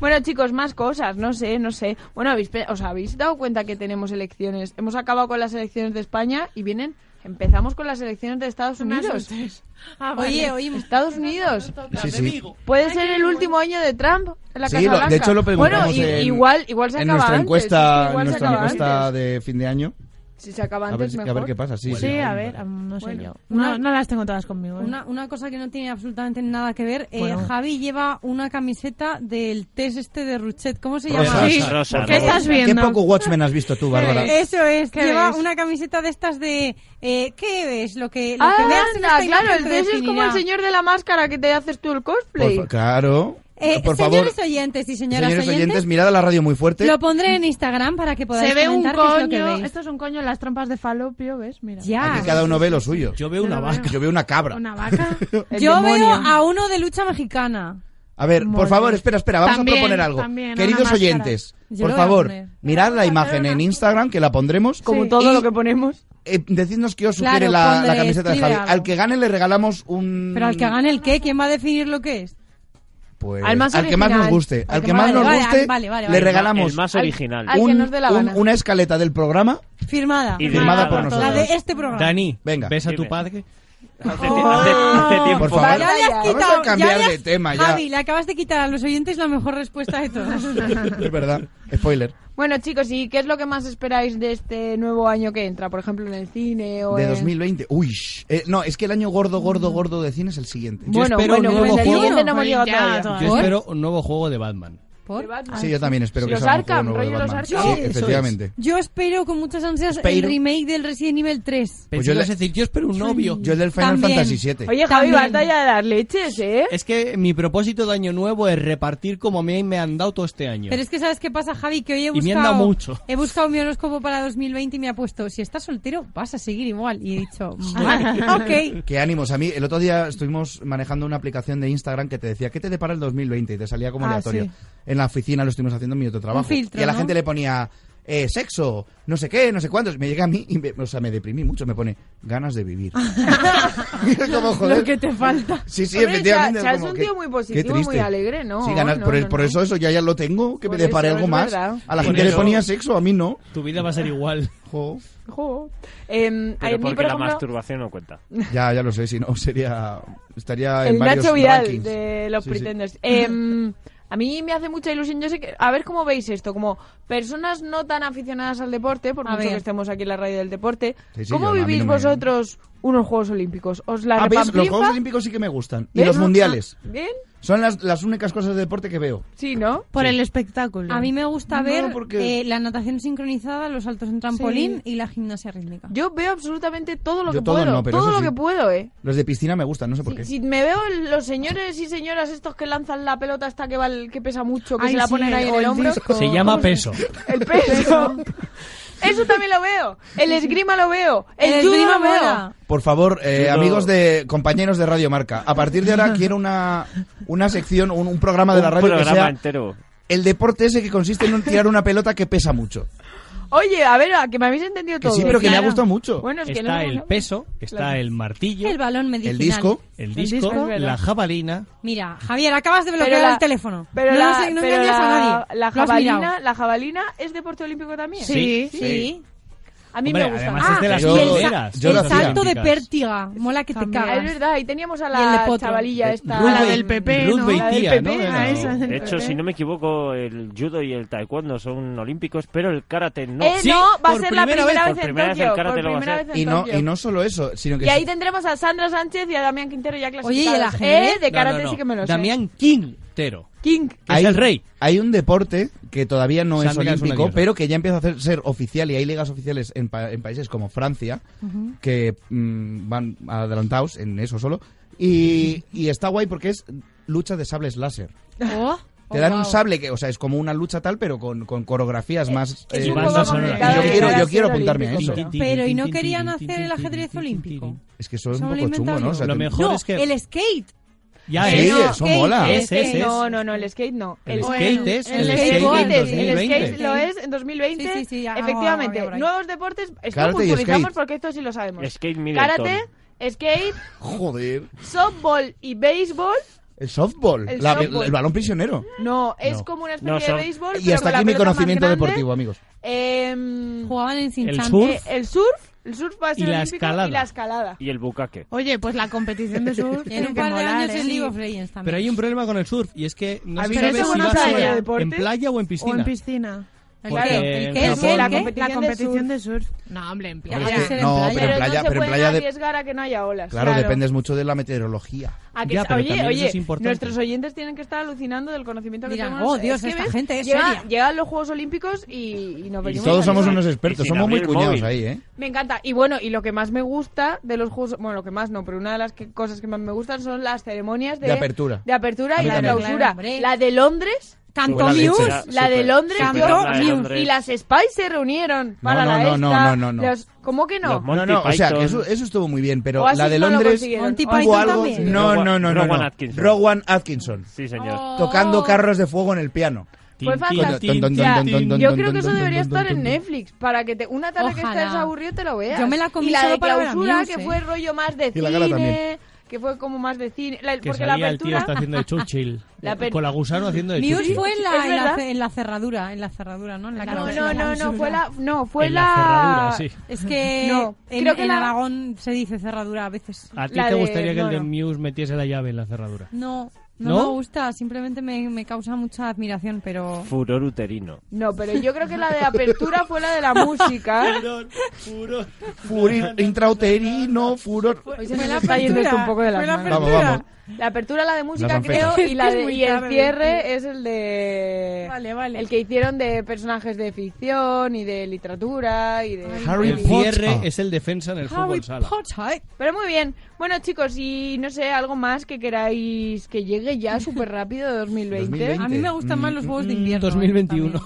S10: Bueno, chicos, más cosas, no sé, no sé. Bueno, habéis, pe- os habéis dado cuenta que tenemos elecciones. Hemos acabado con las elecciones de España y vienen Empezamos con las elecciones de Estados
S12: No me
S10: Unidos.
S12: asustes. Ah, vale.
S10: Oye, oye, Estados Unidos.
S1: Sí, sí.
S10: Puede ser el último año de Trump en la
S1: Sí,
S10: Casa
S1: lo-
S10: Blanca.
S1: de hecho lo preguntamos
S10: Bueno, i-
S1: en,
S10: igual, igual se
S1: en
S10: acaba
S1: nuestra
S10: antes,
S1: encuesta, en
S10: igual se
S1: nuestra
S10: acaba
S1: encuesta
S10: antes.
S1: de fin de año.
S10: Si se acaba
S1: A
S10: antes,
S1: ver si- a
S10: mejor.
S1: ver qué pasa, sí,
S13: Sí,
S1: sí.
S13: a ver, a- no sé yo.
S12: Una-
S13: No, no las tengo todas conmigo. ¿eh?
S12: Una, una cosa que no tiene absolutamente nada que ver, eh,
S13: Bueno.
S12: Javi lleva una camiseta del test este de Ruchet, ¿cómo se
S1: Rosas,
S12: llama?
S1: rosas, por
S13: ¿Qué
S1: favor.
S13: estás viendo?
S1: ¿Qué poco Watchmen has visto
S10: Eh,
S1: tú, Bárbara?
S12: Eso es,
S13: ¿Qué
S12: lleva
S13: ves?
S12: una camiseta de estas de eh, ¿qué ves? Lo que, lo que veas en
S10: Ah,
S12: esta
S10: anda, claro,
S12: imagen
S10: el
S12: te
S10: test es como el
S12: definirá.
S10: señor de la máscara que te haces tú el cosplay.
S1: Por fa- claro.
S12: Eh,
S1: por favor,
S12: señores oyentes y señoras
S1: señores
S12: oyentes,
S1: oyentes, mirad a la radio muy fuerte.
S12: lo pondré en Instagram para que podáis
S13: Se ve un
S12: comentar qué es lo que
S13: coño.
S12: veis.
S13: Esto es un coño en las trompas de falopio, ¿ves? Mira.
S12: Ya.
S1: Aquí cada uno ve lo suyo.
S2: Yo veo
S12: Ah,
S2: una vaca.
S1: Yo veo una cabra.
S13: Una vaca.
S10: El
S12: Yo
S10: demonio.
S12: veo a uno de lucha mexicana.
S1: A ver, por
S13: Molde.
S1: favor, espera, espera, vamos
S13: También,
S1: a proponer algo.
S13: también, una
S1: Queridos
S13: máscara.
S1: oyentes, por
S12: Yo lo voy a
S1: favor,
S12: poner.
S1: mirad la imagen en Instagram, que la pondremos.
S10: Como
S1: Y,
S10: todo lo que ponemos.
S1: eh, decidnos qué os sugiere
S12: Claro,
S1: la- la,
S12: ponle,
S1: camiseta de Javi.
S12: escribe algo.
S1: Al que gane le regalamos un...
S12: Pero al que gane el qué, ¿quién va a definir lo que es?
S1: pues,
S10: al más
S1: que más
S10: original.
S1: nos guste. Al, que más
S12: vale,
S1: nos
S12: vale,
S1: guste,
S12: vale, vale,
S1: le
S12: vale.
S1: regalamos
S4: El más
S10: Al-
S4: original.
S10: al- que
S1: un-
S10: nos dé la
S1: un-
S10: gana.
S1: una escaleta del programa
S12: Firmada.
S4: Y
S1: firmada por
S4: por
S12: La
S1: nosotros.
S12: de este programa.
S2: Dani,
S1: Venga.
S2: ¿ves a tu
S4: Dime.
S2: padre?
S4: Hace, hace- hace tiempo.
S1: Oh. Por favor,
S12: Ya le has
S1: vamos
S12: quitado,
S1: a cambiar
S12: ya le has-
S1: de tema ya.
S12: Javi, le acabas de quitar a los oyentes la mejor respuesta de todas.
S1: Es verdad, spoiler.
S10: Bueno, chicos, ¿y qué es lo que más esperáis de este nuevo año que entra? Por ejemplo, en el cine o
S1: De
S10: en...
S1: 2020. Uy, eh, no, es que el año gordo, gordo, gordo de cine es el siguiente.
S2: Yo
S10: Bueno,
S2: espero
S10: bueno,
S2: un
S10: pues
S2: nuevo
S10: el
S2: juego.
S10: siguiente no hemos
S13: Pues
S10: llegado
S13: ya,
S10: todavía.
S12: Ah,
S13: todavía.
S2: Yo
S12: ¿Por?
S2: espero un nuevo juego de Batman.
S12: ¿Por?
S1: Sí, yo también espero que
S10: Los
S1: sea un juego
S10: Arkham,
S1: nuevo de
S10: rollo los
S1: Batman.
S10: Arkham.
S1: Sí,
S10: Eso
S2: es.
S1: efectivamente.
S12: Yo espero con muchas ansias el
S1: Espero.
S12: remake del Resident Evil 3.
S1: Pues
S2: Pues
S1: yo
S2: yo
S1: le-
S2: decir, yo espero un novio.
S1: Yo el del Final
S12: También.
S1: Fantasy VII.
S10: Oye, Javi,
S12: También.
S10: batalla de las leches, ¿eh?
S2: Es que mi propósito de año nuevo es repartir como a mí me han dado todo este año.
S12: Pero es que sabes qué pasa, Javi, que hoy he
S2: Y me
S12: buscado
S2: han dado mucho.
S12: he buscado mi horóscopo para 2020 y me ha puesto, si estás soltero vas a seguir igual y he dicho, vale, ok.
S1: Qué ánimos. A mí, el otro día estuvimos manejando una aplicación de Instagram que te decía, ¿qué te depara el 2020? Y te salía como
S12: Ah,
S1: aleatorio.
S12: sí.
S1: En la oficina lo estuvimos haciendo en mi otro trabajo.
S12: filtro,
S1: y a la
S12: ¿no?
S1: gente le ponía, eh, sexo, no sé qué, no sé cuántos. Me llega a mí y me, o sea, me deprimí mucho. Me pone, ganas de vivir.
S10: Ah.
S1: Y es como, joder.
S13: Lo que te falta.
S1: Sí, sí,
S10: Hombre,
S1: efectivamente.
S10: Cha- Cha
S1: como
S10: es un
S1: que-
S10: tío muy
S1: qué
S10: positivo, muy
S1: triste.
S10: alegre, ¿no?
S1: Sí, ganas,
S10: No,
S1: por, el-
S10: no,
S1: por
S10: no.
S1: eso eso ya, ya lo tengo, que
S10: Por
S1: me depare
S10: eso,
S1: algo
S10: es
S1: más.
S10: verdad.
S1: A la
S2: Por
S1: gente le
S2: eso-
S1: ponía sexo, a mí no.
S2: Tu vida va a ser igual.
S1: Jo.
S10: Jo. Em, a
S4: Pero
S10: mí,
S4: porque
S10: por
S4: la
S10: ejemplo,
S4: masturbación no cuenta.
S1: Ya, ya lo sé, si no sería estaría Ah, en
S10: el
S1: varios
S10: Nacho Vidal
S1: rankings.
S10: de los
S1: Sí, sí.
S10: Pretenders. Em, a mí me hace mucha ilusión. Yo sé que. A ver cómo veis esto. Como personas no tan aficionadas al deporte, por
S12: A
S10: mucho
S12: ver.
S10: que estemos aquí en la radio del deporte,
S1: Sí, sí, yo-
S10: ¿cómo
S1: a mí
S10: vivís
S1: no me-
S10: vosotros unos Juegos Olímpicos? ¿Os la
S1: Ah, ¿ves? Los
S10: repampinfa?
S1: Juegos Olímpicos sí que me gustan. Y
S10: ¿Ves?
S1: los
S10: Ah,
S1: mundiales.
S10: ¿Bien?
S1: Son las, las únicas cosas de deporte que veo.
S10: Sí, ¿no?
S13: Por el espectáculo.
S12: A mí me gusta
S1: No,
S12: ver
S1: porque-
S12: eh, la natación sincronizada, los saltos en trampolín y la gimnasia rítmica.
S10: Yo veo absolutamente todo lo
S1: Yo
S10: que
S1: todo
S10: puedo.
S1: no, pero
S10: todo
S1: eso
S10: lo
S1: sí.
S10: que puedo, ¿eh?
S1: Los de piscina me gustan, no sé por
S10: Si,
S1: qué.
S10: si me veo los señores y señoras estos que lanzan la pelota hasta que va el- que pesa mucho, que
S13: Ay,
S10: se la
S13: sí,
S10: ponen ahí en
S13: o
S10: el
S13: el
S10: hombro,
S13: disco.
S2: Se llama peso.
S10: el peso. Eso también lo veo. El esgrima lo veo. El,
S12: El
S10: judo
S12: esgrima
S10: lo veo.
S12: mola.
S1: Por favor, eh,
S4: Yo no-
S1: amigos de compañeros de Radio Marca, a partir de ahora quiero una, una sección, un, un programa de la
S4: Un
S1: radio que
S4: programa
S1: sea
S4: entero.
S1: el deporte ese que consiste en un- tirar una pelota que pesa mucho.
S10: Oye, a ver, a que me habéis entendido
S1: Que
S10: todo.
S1: sí, pero que me ha gustado mucho.
S10: Bueno, es que no
S2: Está
S10: sé
S2: el
S10: cómo-
S2: peso, está el martillo,
S12: El balón medicinal.
S1: El disco,
S2: el
S10: disco,
S2: disco,
S10: es
S2: la jabalina.
S12: Mira, Javier, acabas de
S10: Pero
S12: bloquear
S10: la-
S12: el teléfono.
S10: Pero
S12: no
S10: la,
S12: sé, no
S10: pero la-
S12: engañas a nadie.
S10: la
S12: Lo has mirado.
S10: jabalina, la jabalina es deporte olímpico también.
S2: Sí,
S12: sí.
S10: A mí
S2: Hombre,
S10: me gusta.
S2: además
S4: este
S2: es de
S1: Ah,
S2: las
S1: yo-
S2: primeras.
S1: yo
S12: el
S1: lo
S2: las
S1: hacía.
S12: salto de
S2: olímpicas.
S12: Mola mola que te
S13: También.
S10: Ah, es
S12: cagas.
S10: verdad, y teníamos a
S12: Y el
S10: la
S12: de potro.
S1: Eh,
S10: chavalilla esta.
S2: Ruth
S13: A la
S2: Beit-
S13: del PP,
S2: Ruth
S13: ¿no?
S2: Beitia,
S10: La del PP,
S2: ¿no?
S13: a
S2: Era-
S13: esa.
S4: De hecho, si no me equivoco, el judo y el taekwondo son olímpicos, pero el karate no.
S10: Eh,
S2: Sí,
S10: no, va a
S2: por
S10: ser la
S2: primera
S10: primera
S2: vez,
S10: vez,
S4: por
S10: en
S4: primera vez el
S10: Tokio.
S4: karate
S10: por
S4: lo va a
S10: primera
S4: hacer.
S10: vez en
S1: Y no,
S10: Tokio.
S1: y no solo eso, sino que
S10: Y ahí
S1: se-
S10: tendremos a Sandra Sánchez y a Damián Quintero ya
S12: Oye, ¿y el
S10: clasificados.
S12: ajedrez?
S10: eh, de
S2: No,
S10: karate
S2: no, no.
S10: sí que me lo sé.
S2: Damián Quintero.
S10: King.
S2: que es el rey.
S1: Hay un deporte que todavía no es
S2: Sandra es una
S1: olímpico,
S2: diosa.
S1: pero que ya empieza a hacer- ser oficial y hay ligas oficiales en, pa- en países como Francia que mm, van adelantados en eso solo. Y, y está guay porque es lucha de sables láser.
S12: Oh,
S1: Te
S12: oh,
S1: dan un
S12: wow.
S1: sable que, o sea, es como una lucha tal, pero con, con coreografías más.
S10: Es
S2: Eh,
S10: un
S2: banda
S10: poco
S2: sonora.
S10: complicado
S1: Yo
S10: de
S1: quiero- yo
S10: llegar a
S1: quiero
S10: ser
S1: apuntarme a
S10: olímpico,
S1: eso.
S10: ¿no?
S12: Pero ¿y no querían hacer el ajedrez olímpico?
S1: Es que eso es
S12: Eso
S1: un
S12: lo he
S1: poco chungo,
S12: inventado
S1: ¿no? O sea,
S2: yo.
S1: te-
S2: Lo mejor-
S12: No,
S2: es que-
S12: el skate.
S2: Ya ¿eh?
S1: Sí,
S2: es.
S1: eso mola.
S2: Es, es, es.
S10: No, no, no, el skate no.
S2: El
S13: Bueno,
S2: skate es
S13: el
S2: el
S12: skateboard,
S2: skate
S10: es-
S2: del
S10: el
S2: 2020.
S10: skate lo es en 2020.
S12: Sí, sí, sí, ya,
S10: Efectivamente,
S12: había por ahí.
S10: nuevos deportes. Esto
S1: Karate y
S10: culturizamos
S1: skate.
S10: porque esto sí lo sabemos.
S4: Skate Middleton.
S10: Karate, skate,
S1: Joder.
S10: softball y béisbol.
S1: El softball.
S10: El
S1: la-
S10: softball.
S1: el balón prisionero.
S10: No, es
S2: No.
S10: como una especie
S4: No,
S10: de
S4: son-
S10: béisbol.
S1: Y
S10: pero
S1: hasta
S10: con la
S1: aquí mi
S10: pelota más
S1: conocimiento
S10: grande.
S1: deportivo, amigos.
S10: Em,
S12: Jugaban en Sinchan.
S2: surf.
S10: eh, el surf El surf va a
S4: Y
S10: ser
S4: la
S10: olímpico
S4: escalada.
S10: y la escalada.
S4: Y el bucaque.
S10: Oye, pues la competición
S12: de surf tiene que molar, ¿eh?
S2: Pero hay un problema con el surf y es que no
S10: A
S2: se
S10: mí me
S2: sabe si
S10: suena
S2: va a
S10: playa.
S2: ser
S10: ¿Deportes?
S2: en playa o en
S13: O
S2: piscina.
S13: en piscina.
S2: ¿El Porque qué? ¿El qué?
S13: La
S2: ¿El
S13: competición-
S2: qué? ¿El
S10: qué?
S13: La competición de surf.
S10: No, hombre, en
S1: Hombre, es que- no, pero en playa- pero en
S10: no se pueden
S1: playa de-
S10: arriesgar a que no haya olas.
S1: Claro, dependes mucho de la meteorología.
S10: A Ah, que- oye, oye, nuestros oyentes tienen que estar alucinando del conocimiento que
S12: Dirán,
S10: tenemos.
S12: "Oh, Dios,
S10: Es que
S12: esta
S10: ves,
S12: gente es
S10: llega-
S12: seria".
S10: Llegan los Juegos Olímpicos y, y nos
S1: Y
S10: venimos
S1: todos somos
S10: arriba.
S1: unos expertos,
S4: Y sin
S1: somos muy
S4: abrir el
S1: cuñados
S4: móvil.
S1: ahí, ¿eh?
S10: Me encanta. Y bueno, y lo que más me gusta de los Juegos... Bueno, lo que más no, pero una de las que- cosas que más me gustan son las ceremonias de...
S1: De apertura.
S10: De apertura
S1: A
S10: y
S1: mí
S10: de
S1: también.
S10: clausura.
S1: Claro, hombre.
S10: la de Londres...
S1: Cantó Buena Muse. leche.
S10: La de
S1: Súper,
S10: Londres,
S1: súper.
S10: yo-
S1: Cantó Muse.
S10: Y las Spice se reunieron para
S1: no,
S10: la
S1: no, no,
S10: esta,
S1: no, no, no.
S10: los- ¿Cómo que no?
S1: No, no, o sea, que eso, eso estuvo muy bien, pero
S10: Oasis
S1: la de
S10: no lo
S1: Londres
S10: consiguieron. Monty
S1: hubo
S10: Python
S1: algo...
S10: también.
S1: No, no, no, no. no.
S4: Rowan Atkinson.
S1: Rowan Atkinson.
S4: Sí, señor.
S10: Oh.
S1: Tocando carros de fuego en el piano.
S10: Fue fantástico. O sea, Yo creo que eso debería estar en Netflix para que te, una tarde que
S12: Ojalá.
S10: estés aburrido te lo veas.
S12: Yo me la comí
S10: y la
S12: solo
S10: de
S12: para ver a
S10: clausura
S12: Muse,
S10: que
S12: eh.
S10: fue rollo más de
S2: Y la gala
S10: cine,
S2: también.
S10: que fue como más de cine, la-
S2: Que
S10: porque la
S2: salía el tío
S10: apertura
S2: está haciendo de Churchill.
S10: La aper-
S2: Con la gusano haciendo de
S12: Muse
S2: Churchill.
S12: fue en la,
S10: Es
S12: en, la,
S10: verdad.
S12: ce- en la cerradura, en la cerradura, ¿no? En la
S10: No,
S12: clausura.
S10: no, no, no, fue la no, fue
S2: En
S10: la,
S2: la cerradura, sí.
S12: Es que
S10: No,
S12: en,
S10: creo que
S12: en
S10: la-
S12: Aragón se dice cerradura a veces.
S2: ¿A ti te gustaría que el de Muse metiese la llave en la cerradura?
S12: No, no,
S2: ¿No?
S12: me gusta, simplemente me, me causa mucha admiración, pero...
S4: Furor uterino.
S10: No, pero yo creo que la de apertura fue la de la música.
S2: Furor.
S1: Furir intrauterino, furor...
S10: Hoy se me está yendo esto un poco de las
S1: Fue la
S10: manos.
S1: Vamos, vamos.
S10: La apertura la de
S1: La
S10: música
S1: fanfeta.
S10: creo y la
S13: Es
S10: de,
S13: muy
S10: y el
S13: tarde,
S10: cierre
S13: tío.
S10: es el de el que hicieron de personajes de ficción y de literatura y de
S2: Harry
S10: pelis.
S2: Potter es el defensa en el
S10: Harry
S2: fútbol sala.
S10: Pero muy bien. Bueno, chicos, y no sé, algo más que queráis que llegue ya súper rápido de 2020.
S2: 2020. A mí me gustan más los juegos de Mm, invierno,
S1: 2021.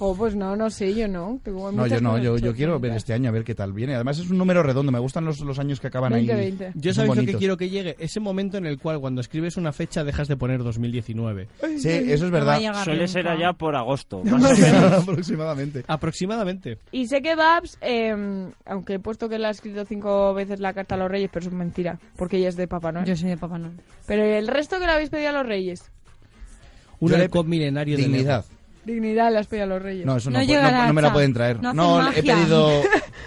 S10: Jo, pues no, no sé, yo no.
S1: No,
S10: Tengo
S1: yo
S10: muchas
S1: no,
S10: cosas
S1: yo, yo
S10: chulas.
S1: quiero ver este año a ver qué tal viene. Además es un número redondo, me gustan los, los años que acaban ahí.
S10: 2020.
S1: Son
S2: Yo sabéis lo que
S1: bonitos.
S2: quiero que llegue, ese momento en el cual cuando escribes una fecha dejas de poner 2019.
S1: Sí, eso es verdad.
S4: Suele ser allá por agosto.
S1: Aproximadamente.
S2: Aproximadamente.
S10: Y sé que Babs, eh, aunque he puesto que le ha escrito cinco veces la carta a los Reyes, pero eso es mentira, porque ella es de Papá Noel.
S12: Yo soy de Papá Noel.
S10: Pero el resto que le habéis pedido a los Reyes,
S2: Un
S1: Yo le-
S2: halcón milenario de
S1: Dignidad.
S10: dignidad le has pedido a los Reyes.
S1: No, eso no, puede- no- no me la pueden traer.
S12: No
S1: No,
S12: hacen
S1: he
S12: magia.
S1: pedido...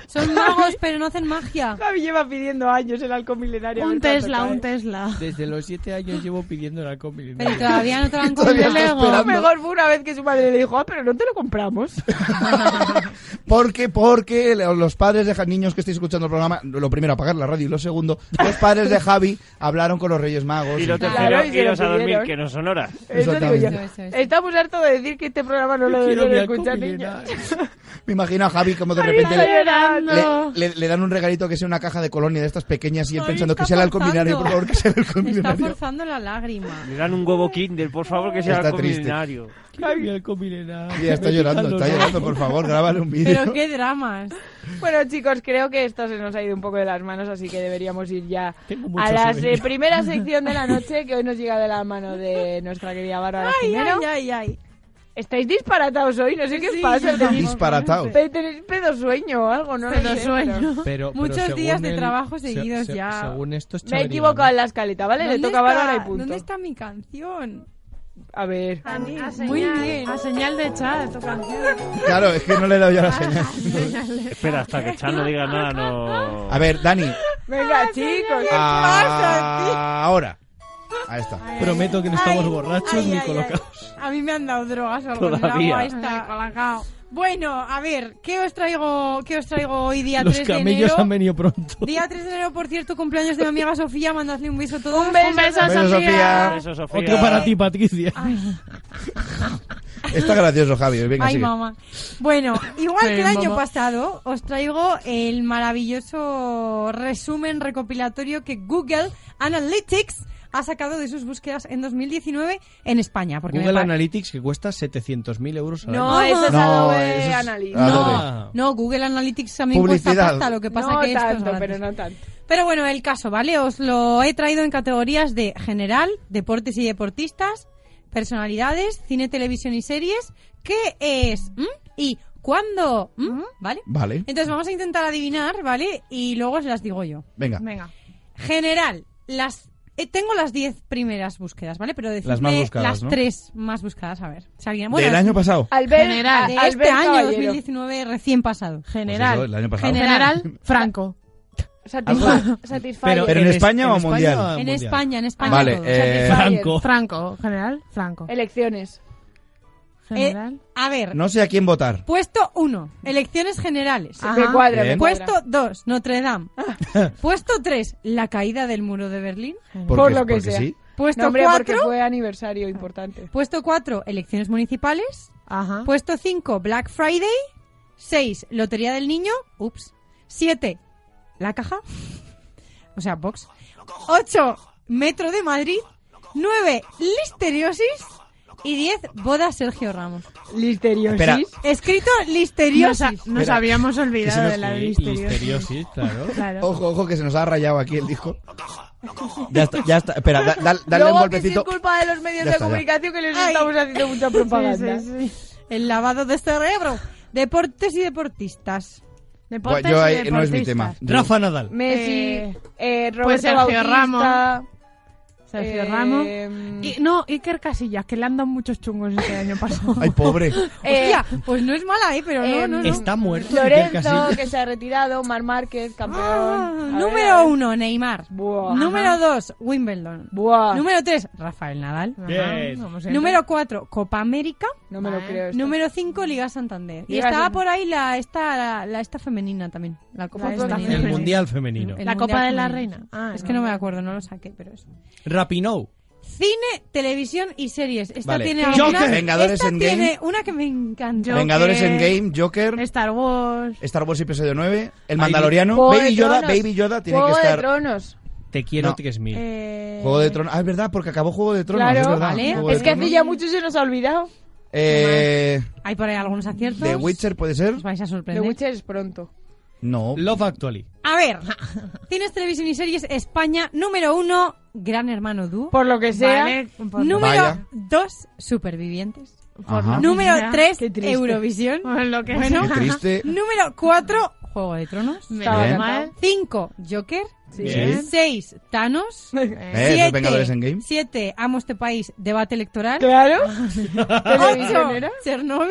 S12: Son magos, pero no hacen magia.
S10: Javi lleva pidiendo años el alcohol milenario.
S13: Un Tesla, un
S10: Tesla.
S2: Desde los 7 años llevo pidiendo el halcón milenario.
S12: Pero todavía no te lo han
S1: Todavía
S12: comprado.
S1: está esperando.
S10: Mejor fue una vez que su madre le dijo, ah, pero no te lo compramos.
S1: Porque, porque los padres de Ja- niños que estáis escuchando el programa, lo primero apagar la radio y lo segundo, los padres de Javi hablaron con los Reyes Magos.
S4: Y lo tercero,
S10: Claro, y se lo
S4: iros a dormir,
S10: pidieron.
S4: que no son horas.
S10: Eso digo yo.
S1: Exactamente.
S10: Estamos hartos de decir que este programa no lo
S1: Yo quiero
S10: deberían
S1: mi
S10: escuchar
S1: halcón
S10: niños.
S1: Me imagino a Javi como de
S10: Ay,
S1: repente
S10: está
S1: le,
S10: llorando.
S1: le- le- le dan un regalito que sea una caja de colonia de estas pequeñas y él
S12: Ay,
S1: pensando
S12: está
S1: que sea el halcón
S12: forzando.
S1: binario, por favor, que sea el halcón
S12: Está
S1: binario.
S12: forzando la lágrima.
S4: Le dan un huevo Kindle, por favor, que sea
S1: Está
S4: algo
S1: triste.
S4: milenario.
S2: Quiero mi halcón milenario.
S1: Ya está
S2: Me pican
S1: llorando,
S2: los
S1: está
S2: ojos.
S1: llorando, por favor, grábale un vídeo.
S12: Pero qué dramas.
S10: Bueno, chicos, creo que esto se nos ha ido un poco de las manos, así que deberíamos ir ya
S12: mucho
S10: a la
S12: sueño.
S10: se- primera sección de la noche, que hoy nos llega de la mano de nuestra querida Bárbara
S13: Ay,
S10: Jimeno.
S13: ay, ay, ay.
S10: Estáis disparatados hoy, no sé qué
S13: Sí,
S10: os pasa.
S13: yo
S10: tenéis-
S1: Disparataos.
S10: pe- Tenéis pedo sueño o algo, no lo sé, pero-
S13: Pedosueño.
S2: Pero- pero según el- se- se- Según estos
S10: Me he equivocado en la escaleta, ¿vale? Le
S12: ¿Dónde
S10: toca a Bárbara y
S12: está-
S10: punto.
S12: ¿Dónde está mi canción?
S10: A ver.
S13: A Ah,
S12: Muy
S13: señal,
S12: bien.
S13: A señal de chat, tu canción.
S1: Claro, es que no le he dado yo la señal.
S4: Espera, hasta que Chan no diga nada, no.
S1: A ver, Dani.
S10: Venga,
S1: Ah.
S10: chicos.
S1: Ahora. Ahí está.
S2: Prometo que no estamos borrachos
S12: ay,
S2: ni
S12: ay,
S2: colocados.
S12: A mí me han dado drogas o algo en el
S2: Todavía.
S12: agua esta. Bueno, a ver, ¿qué os traigo, qué os traigo hoy día
S2: Los
S12: 3 de
S2: camellos
S12: enero?
S2: han venido pronto.
S12: Día 3 de enero, por cierto, cumpleaños de mi amiga Sofía. Mandadle un beso a todos.
S10: Un beso, Sofía. Beso, Sofía.
S4: Beso, Sofía.
S2: Otro para
S12: Ah,
S2: ti, Patricia.
S1: Está gracioso, Javi. Venga,
S12: Ay,
S1: sigue.
S12: mamá. Bueno,
S10: Pues,
S12: igual que el
S13: Ay,
S12: año
S13: mamá.
S12: pasado, os traigo el maravilloso resumen recopilatorio que Google Analytics ha sacado de sus búsquedas en 2019 en España. Porque me
S2: Google
S12: pa-
S2: Analytics que cuesta 700.000 euros al
S10: No,
S2: año.
S10: eso es
S1: No,
S10: Adobe
S1: eso es
S10: Analytics.
S2: Adobe.
S12: No, no, Google Analytics también
S1: Publicidad.
S12: cuesta pasta, lo que pasa
S10: No
S12: que esto es
S10: tanto,
S12: gratis.
S10: pero no tanto.
S12: Pero bueno, el caso, ¿vale? Os lo he traído en categorías de general, deportes y deportistas, personalidades, cine, televisión y series, qué es ¿Mm? y cuándo, ¿Mm? ¿vale?
S1: Vale.
S12: Entonces vamos a intentar adivinar, ¿vale? Y luego os las digo yo.
S1: Venga.
S12: General, las Eh, tengo las 10 primeras búsquedas, ¿vale? Pero decidme
S1: Las más buscadas,
S12: las
S1: ¿no?
S12: 3 más buscadas, a ver. Si alguien-
S1: ¿Del año pasado?
S10: Albert-
S12: general, de
S10: Albert
S12: este año,
S10: Caballero.
S12: 2019, recién pasado.
S10: General.
S1: Pues eso, el año pasado.
S10: General Franco.
S1: Algo- Ah, Pero, ¿pero en España o mundial?
S12: En España, en España.
S1: Vale,
S12: todo.
S1: eh,
S10: Franco. Franco. General Franco. Elecciones.
S12: Eh, a ver,
S1: No sé a quién votar.
S12: puesto 1, elecciones generales.
S10: Me cuadra,
S1: me Bien. cuadra.
S12: Puesto 2, Notre Dame. puesto 3, la caída del muro de Berlín.
S1: Porque- Por lo que porque sea. sí.
S12: Puesto
S10: No, hombre, porque
S12: 4,
S10: fue aniversario importante.
S12: Puesto 4, elecciones municipales. Puesto 5, Black Friday. 6, Lotería del Niño. Ups. 7, La Caja. O sea, Box. 8, Metro de Madrid. 9, Listeriosis. Y 10, Boda Sergio Ramos.
S10: Listeriosis.
S1: Espera.
S12: Escrito Listeriosis.
S10: Nos, nos habíamos olvidado de la listeriosis.
S2: Listeriosis, claro.
S10: Claro.
S1: Ojo, ojo, que se nos ha rayado aquí el disco. Ya está, ya está. Espera, da- da- dale un
S10: Luego que sí es
S1: golpecito.
S10: culpa de los medios
S1: Ya
S10: de
S1: está, ya.
S10: comunicación que les
S12: Ay.
S10: estamos haciendo mucha propaganda.
S12: Sí, sí, El lavado de cerebro. Deportes y deportistas.
S1: Bueno, yo ahí- no es mi tema.
S2: Rafa Nadal.
S10: Messi,
S13: Eh,
S10: eh, Roberto
S13: pues Sergio
S10: Bautista,
S13: Ramos. Sergio
S10: eh,
S13: Ramos. Y, no, Iker Casillas, que le han dado muchos chungos este año pasado.
S1: Ay, pobre.
S12: Hostia, pues no es mala, ¿eh? Pero no,
S10: eh,
S12: no, no.
S2: Está muerto Iker
S10: Lorenzo,
S2: Casillas.
S10: que se ha retirado, Mar Márquez, campeón.
S12: Ah,
S10: A
S12: número
S10: ver.
S12: uno, Neymar. Número dos, Wimbledon. Número tres, Rafael Nadal.
S10: Bien. como siempre.
S12: Número cuatro, Copa América.
S10: No me lo creo esto.
S12: Número cinco, Liga Santander. y
S10: Liga
S12: estaba
S10: Santander.
S12: por ahí la esta, la, la esta femenina también. La Copa
S10: La esta
S12: femenina.
S2: El mundial femenino.
S12: El
S13: La
S12: Mundial
S13: Copa de la
S12: femenino.
S13: Reina. Ah,
S12: es
S13: no,
S12: que no me
S13: no.
S12: acuerdo, no lo saqué, pero eso.
S2: Rapinoe.
S12: Cine, televisión y series. Esta
S1: Vale.
S12: tiene
S1: Joker.
S12: alguna-
S1: Vengadores
S12: esta
S1: Endgame.
S12: tiene una que me encanta.
S1: Vengadores en Game, Joker,
S13: Star Wars.
S1: Star Wars episodio 9, El Mandaloriano,
S10: Juego de
S1: Baby Yoda,
S10: Tronos.
S1: Baby Yoda tiene que
S10: Juego de
S1: estar.
S10: Tronos.
S2: Te quiero,
S1: No.
S2: que es mío.
S10: Eh,
S1: Juego de Tronos. Ah, es verdad, porque acabó Juego de Tronos.
S10: claro,
S1: es verdad. Juego de
S10: es que hace
S1: Tronos.
S10: ya mucho se nos ha olvidado.
S1: Eh,
S12: Hay por ahí algunos aciertos.
S1: The Witcher puede ser.
S12: Os vais a
S10: The
S12: sorprender.
S10: Witcher es pronto.
S1: No.
S2: Love Actually.
S12: A ver, tienes televisión y series España número uno, Gran Hermano Du.
S10: Por lo que sea.
S13: Vale, por-
S12: Número
S1: Vaya.
S12: dos, Supervivientes.
S1: Ajá.
S13: lo que
S12: Número
S13: sea.
S12: tres,
S13: Qué triste.
S12: Eurovisión.
S13: Por lo que
S12: Bueno.
S13: sea.
S1: Qué triste.
S12: Número cuatro, Juego de Tronos.
S13: Estaba
S1: Bien.
S13: mal.
S12: Cinco, Joker.
S1: Bien.
S12: Seis, Thanos.
S1: Eh, ¿esos Vengadores Endgame?
S12: siete, Amo este país, debate electoral.
S10: Claro.
S12: Ocho,
S10: Televisionera.
S12: Chernobyl.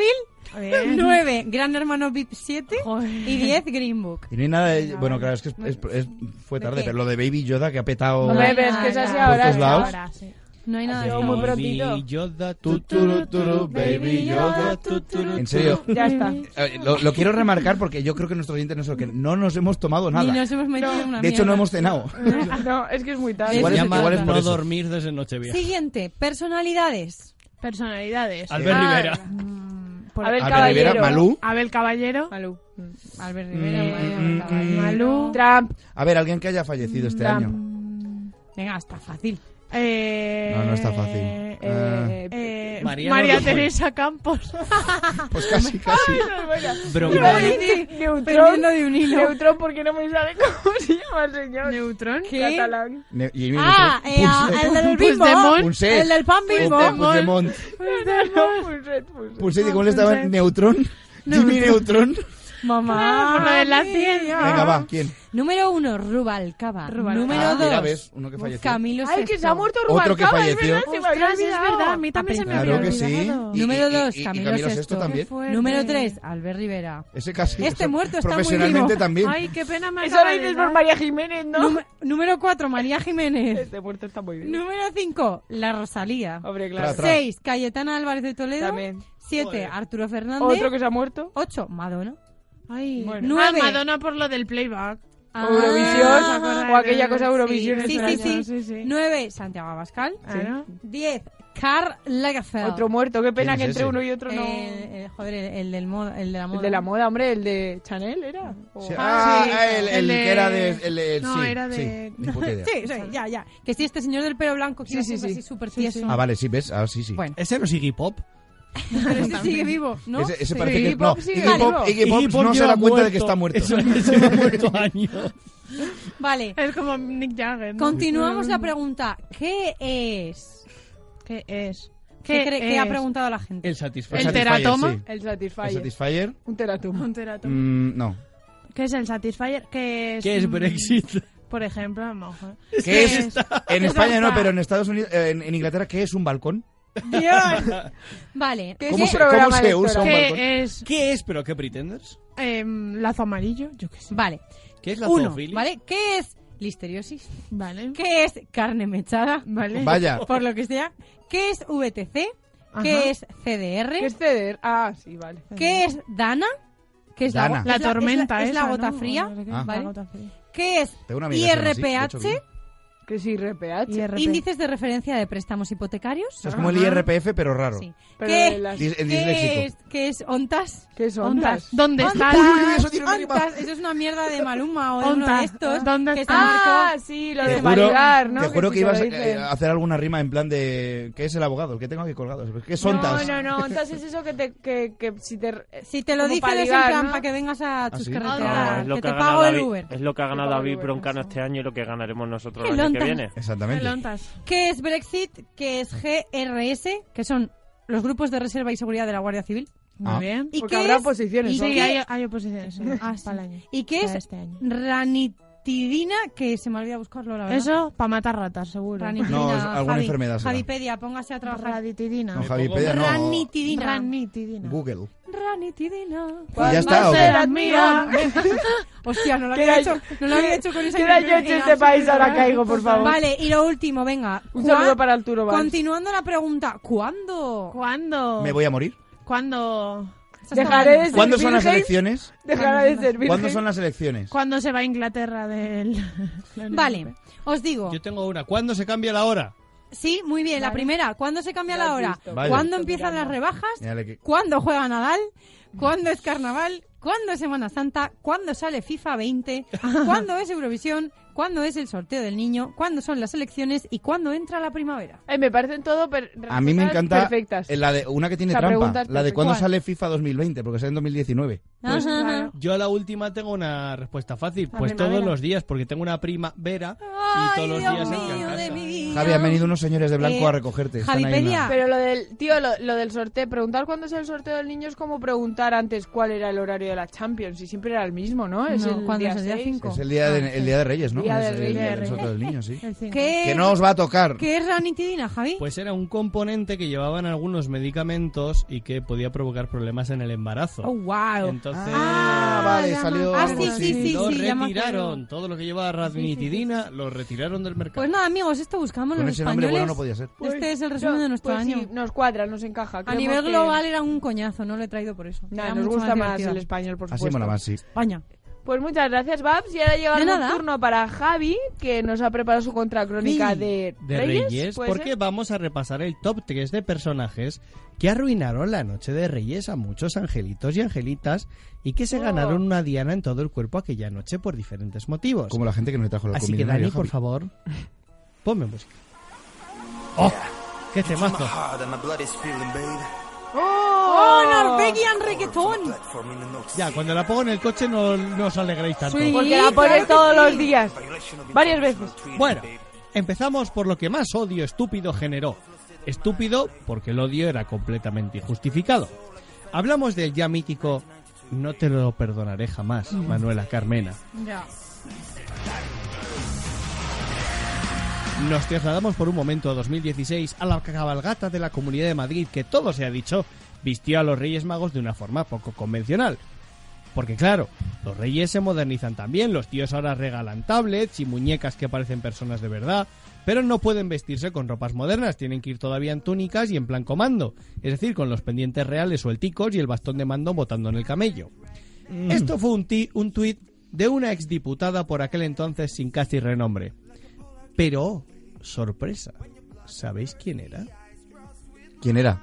S13: Bien.
S12: Nueve, Gran Hermano VIP 7.
S13: Joder.
S12: Y diez, Green Book.
S1: Y no hay nada de- Bueno, claro, es que es- es- es- fue tarde,
S12: qué?
S1: pero lo de Baby Yoda que ha petado.
S10: Hombre,
S12: Ay,
S10: pero es que
S12: ay,
S10: es así
S12: ay.
S10: ahora.
S1: Por todos
S10: es
S1: lados.
S10: ahora, sí.
S12: No hay nada de
S10: Yo
S12: Star
S10: Ah, muy
S12: Wars.
S2: Baby
S10: prontito.
S2: Yoda,
S1: Tu,
S2: tu,
S1: turu, turu, Baby Yoda, tu, turu, En serio.
S2: turu.
S10: Ya está.
S1: Eh, Lo, lo quiero remarcar porque yo creo que nuestros oyentes no es lo que no nos hemos tomado
S12: Ni
S1: nada.
S12: nos hemos metido en una
S1: de hecho, no
S12: mierda.
S1: hemos cenado.
S10: No, es que es muy tarde.
S12: Igual
S2: Se
S12: es-
S2: llama
S12: igual es por
S2: no
S1: eso.
S2: dormir desde Nochevieja.
S12: Siguiente, personalidades.
S13: Personalidades.
S2: Albert
S10: Ah,
S2: Rivera.
S13: Por-
S10: Abel
S1: Albert
S10: Caballero.
S1: Rivera, Malú.
S13: Abel Caballero.
S10: Malú.
S12: Albert Rivera,
S1: mm,
S12: Mariano Caballero.
S13: Malú.
S10: Trump.
S1: A ver, alguien que haya fallecido este
S10: Trump.
S1: año.
S12: Venga, está fácil.
S13: Eh,
S1: No, no está fácil.
S10: Eh,
S13: eh,
S2: Mariano
S13: María
S2: Rajoy.
S13: Teresa Campos.
S1: Pues casi, casi.
S2: Bronco.
S10: Iba a decir Neutrón.
S12: Perdiendo de un hilo.
S10: Neutrón porque no me sale cómo se llama el señor. Neutrón.
S12: ¿Qué?
S10: Catalán.
S1: Ne- y mi
S12: Ah,
S1: otro,
S12: eh, ah,
S1: Pulse-
S12: el del
S13: Puigdemont.
S12: bimbo.
S1: Punset.
S12: El del pan bimbo.
S1: Pulse- Puigdemont.
S10: No, Pulset, Pulset.
S1: Pulset, ¿y cómo le estaba?
S13: Pulset.
S1: Neutrón. Jimmy Neutrón.
S12: Mamá.
S10: Ah,
S13: Por lo de la ciencia.
S1: Venga, va, ¿quién?
S12: Número uno, Rubalcaba.
S13: Rubalcaba.
S12: Ah. Número
S1: Ah,
S12: dos,
S1: mira, ves, uno que falleció.
S12: Camilo
S10: Ay, que se ha
S12: VI.
S10: muerto
S1: Otro
S10: Rubalcaba,
S1: que
S10: es verdad,
S1: falleció.
S10: se me había
S13: Ostras, es
S10: olvidado.
S13: verdad, a mí también se me
S1: Claro
S13: había
S1: que sí.
S13: olvidado.
S1: Y-
S12: Número
S1: y-
S12: dos,
S1: y- y
S12: Camilo
S1: Camilo
S12: VI.
S1: Sexto también.
S12: Número tres, Albert Rivera.
S1: Ese casi.
S12: Este
S1: eso,
S12: muerto está muy
S1: Profesionalmente
S12: vivo.
S1: también.
S13: Ay, qué pena me
S10: Eso
S13: acaba
S10: lo
S13: de
S10: dices
S13: dar.
S10: por María Jiménez, ¿no?
S12: Número- Número cuatro, María Jiménez.
S10: Este muerto está muy bien.
S12: Número cinco, La Rosalía.
S10: Hombre, claro.
S1: Tra, tra.
S12: Seis, Cayetana Álvarez de Toledo.
S10: También.
S12: Siete, Arturo Fernández.
S10: Otro que se ha muerto.
S12: Ocho, Madonna.
S13: Ay,
S10: Bueno.
S12: Nueve.
S13: Ah, Madonna por lo del playback.
S12: Ah,
S10: Eurovisión. O aquella cosa
S13: Sí,
S10: Eurovisión.
S12: Sí,
S10: extraña.
S12: sí,
S13: Sí,
S12: sí.
S13: sí.
S12: Nueve, Santiago Abascal.
S13: Claro.
S12: Diez, Karl Lagerfeld.
S10: Otro muerto, qué pena
S1: ¿Quién
S10: que
S1: es
S10: entre
S1: ese?
S10: uno y otro no.
S12: Eh, eh, joder, el, el del moda- el de la moda.
S10: El de la moda, hombre, el de Chanel era. O-
S1: Sí,
S13: Ah,
S1: Ah,
S13: sí.
S1: el, el
S13: El
S1: que
S13: de-
S1: era de. El, el-
S13: No,
S1: sí,
S13: era de-
S1: sí, ni puta idea.
S12: Sí, sí, ya, ya. Que sí, este señor del pelo blanco que
S10: Sí,
S12: era
S10: sí,
S12: siempre
S10: sí.
S12: así súper
S13: Sí, sí.
S12: tieso.
S1: Ah, vale, sí, ves. Ahora sí, sí.
S12: Bueno,
S2: ¿Ese no es Iggy Pop?
S12: pero este sigue vivo, ¿no?
S1: Ese, ese
S12: Sí.
S1: parece que
S10: Iggy
S1: no.
S10: Pop sigue
S1: Iggy
S10: vivo.
S1: Pop, Iggy Pop
S2: Iggy Pop
S1: no se
S2: lleva
S1: da cuenta de que está muerto.
S2: Eso es, lleva muerto años.
S12: Vale,
S13: Es como Nick Jagger. ¿no? Mm.
S12: continuamos la pregunta. ¿Qué es?
S13: ¿Qué es?
S12: ¿Qué,
S13: ¿Qué
S12: cree- qué
S13: es?
S12: ha preguntado la gente?
S2: El Satisfyer.
S13: El teratoma.
S1: Sí.
S10: El
S1: El
S10: Satisfyer.
S1: Satisfyer.
S10: Un teratoma.
S13: Un teratoma.
S1: Mm, no.
S13: ¿Qué es el Satisfyer? ¿Qué es?
S2: ¿Qué es
S13: mm,
S2: Brexit?
S13: por ejemplo, a lo mejor.
S1: ¿Qué es? En
S13: ¿Qué
S1: España no,
S13: está?
S1: pero en Estados Unidos, eh, en, en Inglaterra, ¿qué es un balcón?
S12: Dios. Vale.
S1: ¿Cómo se- cómo se usa un
S13: ¿Qué
S1: balcón?
S13: es?
S2: ¿Qué es, pero qué pretenders?
S13: Em, lazo amarillo, yo qué sé.
S12: Vale.
S2: ¿Qué es la
S12: Uno,
S2: zoofilia?
S12: ¿vale? ¿Qué es listeriosis?
S13: Vale.
S12: ¿Qué es carne mechada? Vale.
S2: Vaya.
S12: Por lo que sea. ¿Qué es VTC?
S13: Ajá.
S12: ¿Qué es CDR?
S10: ¿Qué es ceder? Ah, sí, vale.
S12: ¿Qué es Dana? ¿Qué es
S1: Dana.
S12: la, go-
S13: La
S12: es es
S13: tormenta
S12: Es la,
S13: esa,
S12: gota
S13: ¿no?
S12: fría.
S13: O no sé qué,
S1: Ah.
S12: ¿vale?
S13: la gota fría.
S12: ¿Qué es
S1: Tengo una amiga que se llama así, de hecho,
S12: IRPH?
S1: Vivi.
S10: ¿Qué es IRPH?
S12: Índices de referencia de préstamos hipotecarios.
S1: Es como el IRPF, pero raro.
S12: Sí.
S10: Pero
S12: ¿Qué,
S10: de las-
S1: Dis- el
S12: qué
S1: disléxico.
S12: es, qué es ONTAS?
S10: ¿Qué es
S13: Ondas.
S10: ondas?
S13: ¿Dónde está?
S12: Ondas.
S1: Uy, uy, eso tiene una rima.
S12: Ontas, eso es una mierda de Maluma o de uno de
S13: Ondas.
S12: estos.
S13: ¿Dónde
S12: que
S13: está?
S12: se marcó-
S10: Ah, sí, lo
S1: Te
S10: de
S1: juro-
S10: validar, ¿no?
S1: Te juro que,
S10: si
S1: ibas
S10: lo
S1: eh,
S10: dicen.
S1: a hacer alguna rima en plan de. ¿Qué es el abogado? El que tengo aquí colgado. ¿Qué son tas?
S10: No, no, no, ondas es eso que, te, que, que si te...
S12: Si te lo
S10: como
S12: dices
S10: pa'
S12: es en
S10: ligar,
S12: plan
S10: ¿no?
S12: para que vengas a tus
S1: sí?
S12: carreteras.
S10: Ah,
S4: No, es lo
S12: que
S4: que,
S12: te
S4: ha ganado
S12: pago el
S4: David,
S12: Uber.
S4: es lo que ha ganado
S10: pago el
S4: David
S10: Uber,
S4: Broncano
S10: eso.
S4: este año y lo que ganaremos nosotros
S12: Qué
S4: el año que
S12: lontas.
S4: viene.
S1: Exactamente.
S13: Lontas.
S12: ¿Qué es Brexit? ¿Qué es GRS? Que son los grupos de reserva y seguridad de la Guardia Civil.
S13: Muy
S1: Ah.
S13: bien.
S12: ¿Y
S10: Porque
S12: qué
S10: habrá
S12: es-
S10: posiciones,
S12: ¿Y
S10: ¿no?
S13: Sí,
S12: qué-
S13: hay, hay oposiciones. sí,
S12: Ah, sí.
S13: para el año.
S12: ¿Y qué
S13: Para
S12: es
S13: este año.
S12: ranitidina? Que se me olvida buscarlo, la verdad.
S13: Eso para matar ratas, seguro.
S12: Ranitidina.
S1: No, es alguna
S12: Javi.
S1: enfermedad será.
S12: Javipedia, póngase a trabajar.
S13: Raditidina.
S1: No, Javi Pedia, no.
S12: Ranitidina.
S13: Ranitidina.
S1: Google.
S12: Ranitidina.
S1: Y ya está.
S10: ¿Cuándo
S1: ¿o qué?
S10: serás mía?
S12: Hostia, no lo
S10: Queda
S12: había
S10: yo-
S12: hecho, no lo había hecho con esa
S10: queda yo
S12: intención,
S10: hecho
S12: en
S10: este
S12: absoluto,
S10: país, ahora
S12: ¿verdad?
S10: caigo, por favor.
S12: Vale, Eh, y lo último, venga.
S10: Un
S12: Juan,
S10: saludo para Arturo Valls.
S12: Continuando la pregunta, ¿cuándo?
S13: ¿Cuándo?
S1: ¿Me voy a morir?
S13: ¿Cuándo?
S12: Estás
S10: Dejaré de
S12: hablando.
S10: ser
S1: ¿Cuándo son las
S10: virgen,
S1: elecciones?
S10: Dejará de ser virgen.
S1: ¿Cuándo son las elecciones?
S13: ¿Cuándo se va a Inglaterra del...
S12: Vale, os digo.
S2: Yo tengo una. ¿Cuándo se cambia la hora?
S12: Sí, muy bien, la primera. ¿Cuándo se cambia
S10: Ya
S12: la
S10: has
S12: hora?
S10: visto.
S1: Vale.
S12: ¿Cuándo empiezan las rebajas?
S1: Mírale que-
S12: ¿Cuándo juega Nadal? ¿Cuándo es Carnaval? ¿Cuándo es Semana Santa? ¿Cuándo sale FIFA 20? ¿Cuándo es Eurovisión? ¿Cuándo es el sorteo del niño? ¿Cuándo son las elecciones? ¿Y cuándo entra la primavera?
S10: Eh, me parecen todo per-
S1: A mí me
S10: respuestas
S1: encanta
S10: perfectas.
S1: la de, una que tiene
S10: O sea,
S1: trampa,
S10: preguntas
S1: la de cuándo
S10: perfectas.
S1: sale FIFA 2020, porque sale en 2019.
S12: Ajá, ajá.
S2: Yo a la última tengo una respuesta fácil.
S13: La
S2: Pues todos
S13: primavera.
S2: los días, porque tengo una prima Vera y
S12: Ay,
S2: todos los
S12: Dios
S2: días en
S12: mío, de
S2: casa.
S12: mi vida.
S1: Javi, han venido unos señores de blanco
S12: Eh,
S1: a recogerte. Están ahí en la-
S12: Javipedia.
S10: Pero lo del, tío, lo, lo del sorteo, preguntar cuándo es el sorteo del niño es como preguntar antes cuál era el horario de la Champions y siempre era el mismo, ¿no? Es
S12: No,
S10: el
S12: ¿cuándo
S10: día
S12: es el día
S10: seis.
S12: cinco?
S1: Es el día, de, el día de Reyes, ¿no?
S10: Día de
S1: Es el-
S10: Reyes.
S1: el sorteo del niño, sí.
S13: El cinco.
S12: ¿Qué,
S1: Que no os va a tocar.
S12: ¿Qué es ranitidina, Javi?
S2: Pues era un componente que llevaban algunos medicamentos y que podía provocar problemas en el embarazo.
S12: Oh, wow.
S2: Entonces, pues
S1: Ah, vale, salió.
S12: Ah,
S1: algo
S12: sí, sí,
S1: así.
S12: sí,
S2: lo
S12: sí, ya me
S2: retiraron.
S12: acuerdo.
S2: Todo lo que llevaba radnitidina lo retiraron del mercado.
S12: Pues nada, amigos, esto buscamos
S1: Con
S12: los
S1: ese nombre
S12: españoles.
S1: bueno no podía ser.
S12: Este es el
S10: Pues,
S12: resumen de nuestro
S10: pues
S12: año.
S10: sí, nos cuadra, nos encaja.
S12: A
S10: Creemos
S12: nivel
S10: que-
S12: global era un coñazo, no lo he traído por eso.
S10: Nah,
S12: Era
S10: nos
S12: mucho
S10: gusta más
S12: divertido.
S10: el español, por
S1: Así
S10: supuesto.
S1: mola más, Ah, sí.
S12: España.
S10: Pues muchas gracias, Babs. Y ahora llega
S12: De
S10: el
S12: nada.
S10: turno para Javi, que nos ha preparado su contracrónica
S12: Sí,
S10: de,
S2: de
S10: Reyes.
S2: Reyes,
S10: ¿puede
S2: porque
S10: ser?
S2: vamos a repasar el top 3 de personajes que arruinaron la noche de Reyes a muchos angelitos y angelitas y que se
S10: Oh.
S2: ganaron una diana en todo el cuerpo aquella noche por diferentes motivos.
S1: Como la gente que no le trajo la
S2: Así
S1: comida.
S2: que Dani,
S1: Mario,
S2: por
S1: Javi.
S2: favor, ponme música. ¡Oh! ¡Qué temazo!
S12: ¡Oh, Norwegian Reggaeton!
S2: Ya, cuando la pongo en el coche no, no os alegréis tanto.
S12: Sí.
S10: Porque la
S12: claro
S10: pones
S12: que
S10: todos
S12: sí.
S10: los días. Varias veces.
S2: Bueno, empezamos por lo que más odio estúpido generó. Estúpido porque el odio era completamente injustificado. Hablamos del ya mítico No te lo perdonaré jamás, Manuela Carmena. Nos trasladamos por un momento a 2016 a la cabalgata de la Comunidad de Madrid que, todo se ha dicho, vistió a los Reyes Magos de una forma poco convencional. Porque claro, los reyes se modernizan también, los tíos ahora regalan tablets y muñecas que parecen personas de verdad, pero no pueden vestirse con ropas modernas, tienen que ir todavía en túnicas y en plan comando, es decir, con los pendientes reales suelticos y el bastón de mando botando en el camello. Esto fue un, ti- un tuit de una exdiputada por aquel entonces sin casi renombre. Pero, oh, sorpresa, ¿sabéis quién era?
S1: ¿Quién era?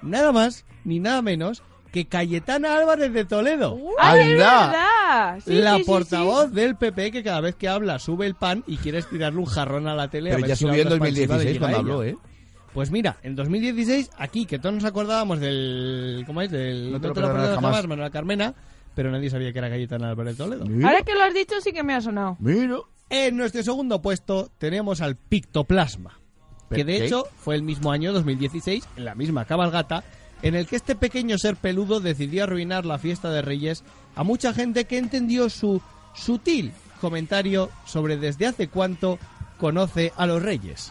S2: Nada más ni nada menos que Cayetana Álvarez de Toledo.
S10: ¡Ay, es
S1: ¡Anda!
S10: ¡Ah, verdad! Sí,
S2: la
S10: sí, sí,
S2: portavoz del PP que cada vez que habla sube el pan y quiere tirarle un jarrón a la tele. a
S1: Pero
S2: ver
S1: ya
S2: si la
S1: subió en
S2: onda expansiva
S1: 2016
S2: le
S1: cuando
S2: llega a
S1: habló,
S2: ella.
S1: ¿eh?
S2: Pues mira, en 2016, aquí que todos nos acordábamos del. ¿Cómo es? Del.
S1: No te lo
S2: lo
S1: perdonaré
S2: perdonaré
S1: jamás.
S2: Manuela Carmena, pero nadie sabía que era Cayetana Álvarez Toledo.
S10: sí. Ahora
S1: Mira,
S10: que lo has dicho, sí que me ha sonado.
S1: mira.
S2: En nuestro segundo puesto tenemos al Pictoplasma, que de
S1: ¿Qué?
S2: hecho fue el mismo año 2016, en la misma cabalgata, en el que este pequeño ser peludo decidió arruinar la fiesta de Reyes a mucha gente que entendió su sutil comentario sobre desde hace cuánto conoce a los reyes.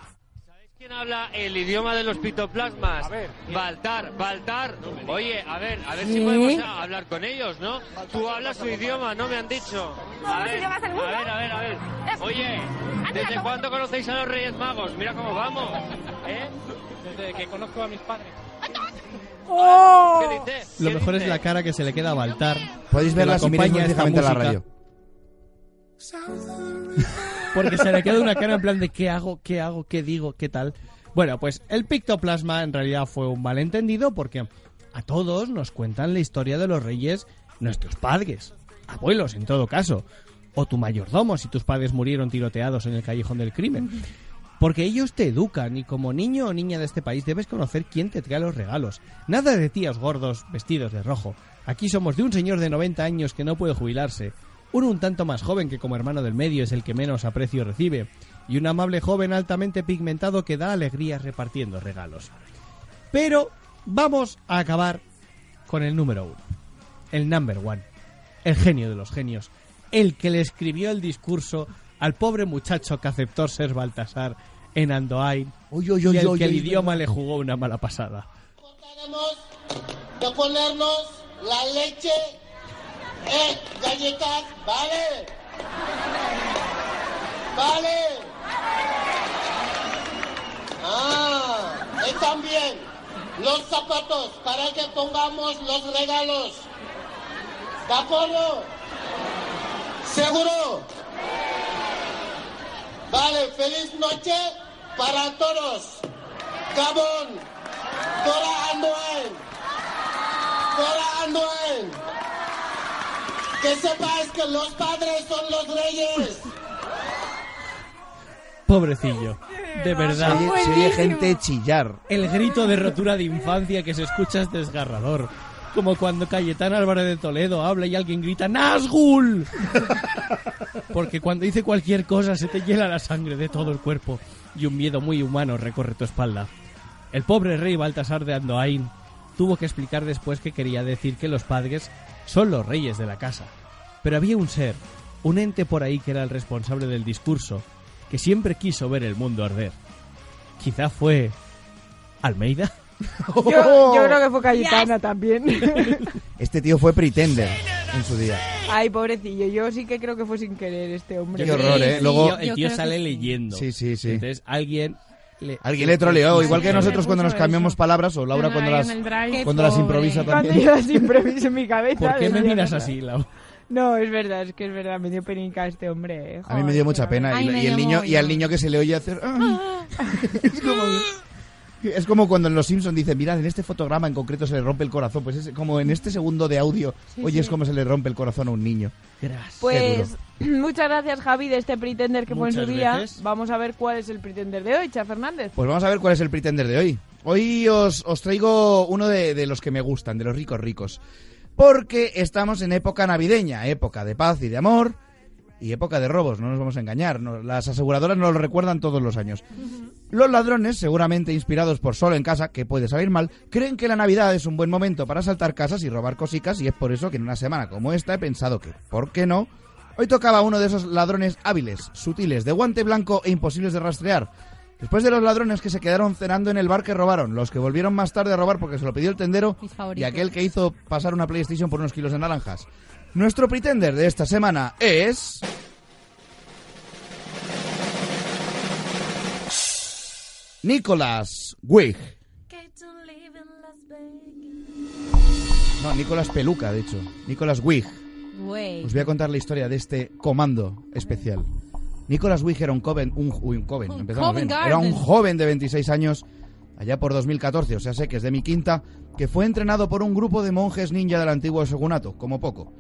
S14: ¿Quién habla el idioma de los pitoplasmas? Baltar, Baltar. Oye, a ver, a ver si
S11: ¿Qué?
S14: podemos a- hablar con ellos, ¿no? Tú hablas su idioma, no me han dicho. A ver, a ver, a ver, a ver. Oye, ¿desde cuándo conocéis a los Reyes Magos? Mira cómo vamos. ¿Eh? Desde que conozco a mis padres. ¿Qué dices?
S2: Lo mejor es la cara que se le queda a Baltar.
S1: Podéis
S2: que
S1: verla
S2: la
S1: si miráis
S2: acompaña esta
S1: fijamente a la
S2: música,
S1: radio.
S2: Porque se le queda una cara en plan de ¿qué hago? ¿Qué hago? ¿Qué digo? ¿Qué tal? Bueno, pues el pictoplasma en realidad fue un malentendido porque a todos nos cuentan la historia de los reyes nuestros padres, abuelos en todo caso, o tu mayordomo si tus padres murieron tiroteados en el callejón del crimen. Porque ellos te educan y como niño o niña de este país debes conocer quién te trae los regalos. Nada de tíos gordos vestidos de rojo. Aquí somos de un señor de 90 años que no puede jubilarse, uno un tanto más joven que como hermano del medio es el que menos aprecio recibe, y un amable joven altamente pigmentado que da alegrías repartiendo regalos. Pero vamos a acabar con el número uno, el number one, el genio de los genios, el que le escribió el discurso al pobre muchacho que aceptó ser Baltasar en Andoain
S1: uy, uy,
S2: y al
S1: uy,
S2: que el
S1: uy, uy.
S2: idioma le jugó una mala pasada.
S15: Tenemos que ponernos la leche en galletas, ¿vale? ¿Vale? Ah, y también los zapatos para que pongamos los regalos. ¿De acuerdo? ¿Seguro? Vale, feliz noche para todos. Gabón. Dora Andoen. Dora Andoen. Que sepas que los padres son los reyes.
S2: Pobrecillo, de verdad.
S1: Se oye- se oye gente chillar.
S2: El grito de rotura de infancia que se escucha es desgarrador. Como cuando Cayetán Álvarez de Toledo habla y alguien grita ¡Nazgul! Porque cuando dice cualquier cosa se te hiela la sangre de todo el cuerpo y un miedo muy humano recorre tu espalda. El pobre rey Baltasar de Andoain tuvo que explicar después que quería decir que los padres son los reyes de la casa. Pero había un ser, un ente por ahí que era el responsable del discurso, que siempre quiso ver el mundo arder. Quizá fue Almeida.
S10: Yo,
S1: Oh.
S10: yo creo que fue Cayetana también.
S1: Este tío fue pretender en su día.
S10: Ay, pobrecillo, yo sí que creo que fue sin querer este hombre.
S1: Qué horror, ¿eh? Luego...
S2: el tío sale leyendo.
S1: Sí, sí, sí.
S2: Entonces alguien le,
S1: Alguien le troleó, igual que
S2: Sí.
S1: nosotros cuando nos cambiamos palabras, o Laura
S10: Ay,
S1: cuando
S10: en
S1: las,
S10: el drive.
S1: cuando las improvisa
S10: Cuando
S1: también.
S10: yo las improviso en mi cabeza.
S2: ¿Por qué me
S10: decía,
S2: miras así, Lau?
S10: No, es verdad, es que es verdad, me dio penica este hombre. eh.
S1: A mí me dio mucha pena.
S10: Ay,
S1: y,
S10: me
S1: y el
S10: dio
S1: niño,
S10: muy
S1: y al niño que se le oye hacer. "Ah". es, como, es como cuando en Los Simpsons dicen: Mirad, en este fotograma en concreto se le rompe el corazón. Pues es como en este segundo de audio,
S10: Sí,
S1: oyes
S10: sí.
S1: cómo se le rompe el corazón a un niño.
S10: Pues muchas gracias Javi de este pretender que fue en su
S1: Muchas
S10: día.
S1: veces.
S10: Vamos a ver cuál es el pretender de hoy, Cha Fernández.
S1: Pues vamos a ver cuál es el pretender de hoy. Hoy os, os traigo uno de, de los que me gustan, de los ricos ricos. Porque estamos en época navideña, época de paz y de amor y época de robos, no nos vamos a engañar. no- las aseguradoras nos lo recuerdan todos los años. Los ladrones, seguramente inspirados por solo en casa, que puede salir mal, creen que la Navidad es un buen momento para saltar casas y robar cosicas y es por eso que en una semana como esta he pensado que, ¿por qué no? Hoy tocaba uno de esos ladrones hábiles, sutiles, de guante blanco e imposibles de rastrear. Después de los ladrones que se quedaron cenando en el bar que robaron, los que volvieron más tarde a robar porque se lo pidió el tendero
S12: Mis
S1: y
S12: favoritos.
S1: aquel que hizo pasar una PlayStation por unos kilos de naranjas. Nuestro pretender de esta semana es... Nicolas Wig. No, Nicolas Peluca, de hecho. Nicolas Wig.
S12: Güey.
S1: Os voy a contar la historia de este comando especial. Nicolas Wig era un joven, un, uy, un joven, empezamos
S12: Covent
S1: bien.
S12: Garden.
S1: Era un joven de 26 años, allá por 2014, o sea, sé que es de mi quinta, que fue entrenado por un grupo de monjes ninja del antiguo shogunato, como poco.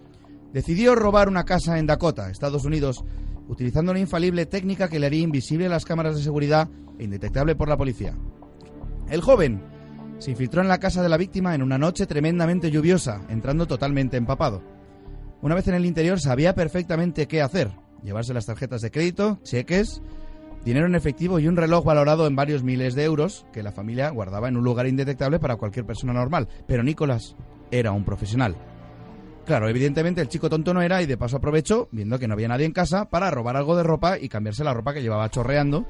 S1: Decidió robar una casa en Dakota, Estados Unidos, utilizando una infalible técnica que le haría invisible a las cámaras de seguridad e indetectable por la policía. El joven se infiltró en la casa de la víctima en una noche tremendamente lluviosa, entrando totalmente empapado. Una vez en el interior sabía perfectamente qué hacer. Llevarse las tarjetas de crédito, cheques, dinero en efectivo y un reloj valorado en varios miles de euros que la familia guardaba en un lugar indetectable para cualquier persona normal. Pero Nicolás era un profesional. Claro, evidentemente el chico tonto no era y de paso aprovechó, viendo que no había nadie en casa, para robar algo de ropa y cambiarse la ropa que llevaba chorreando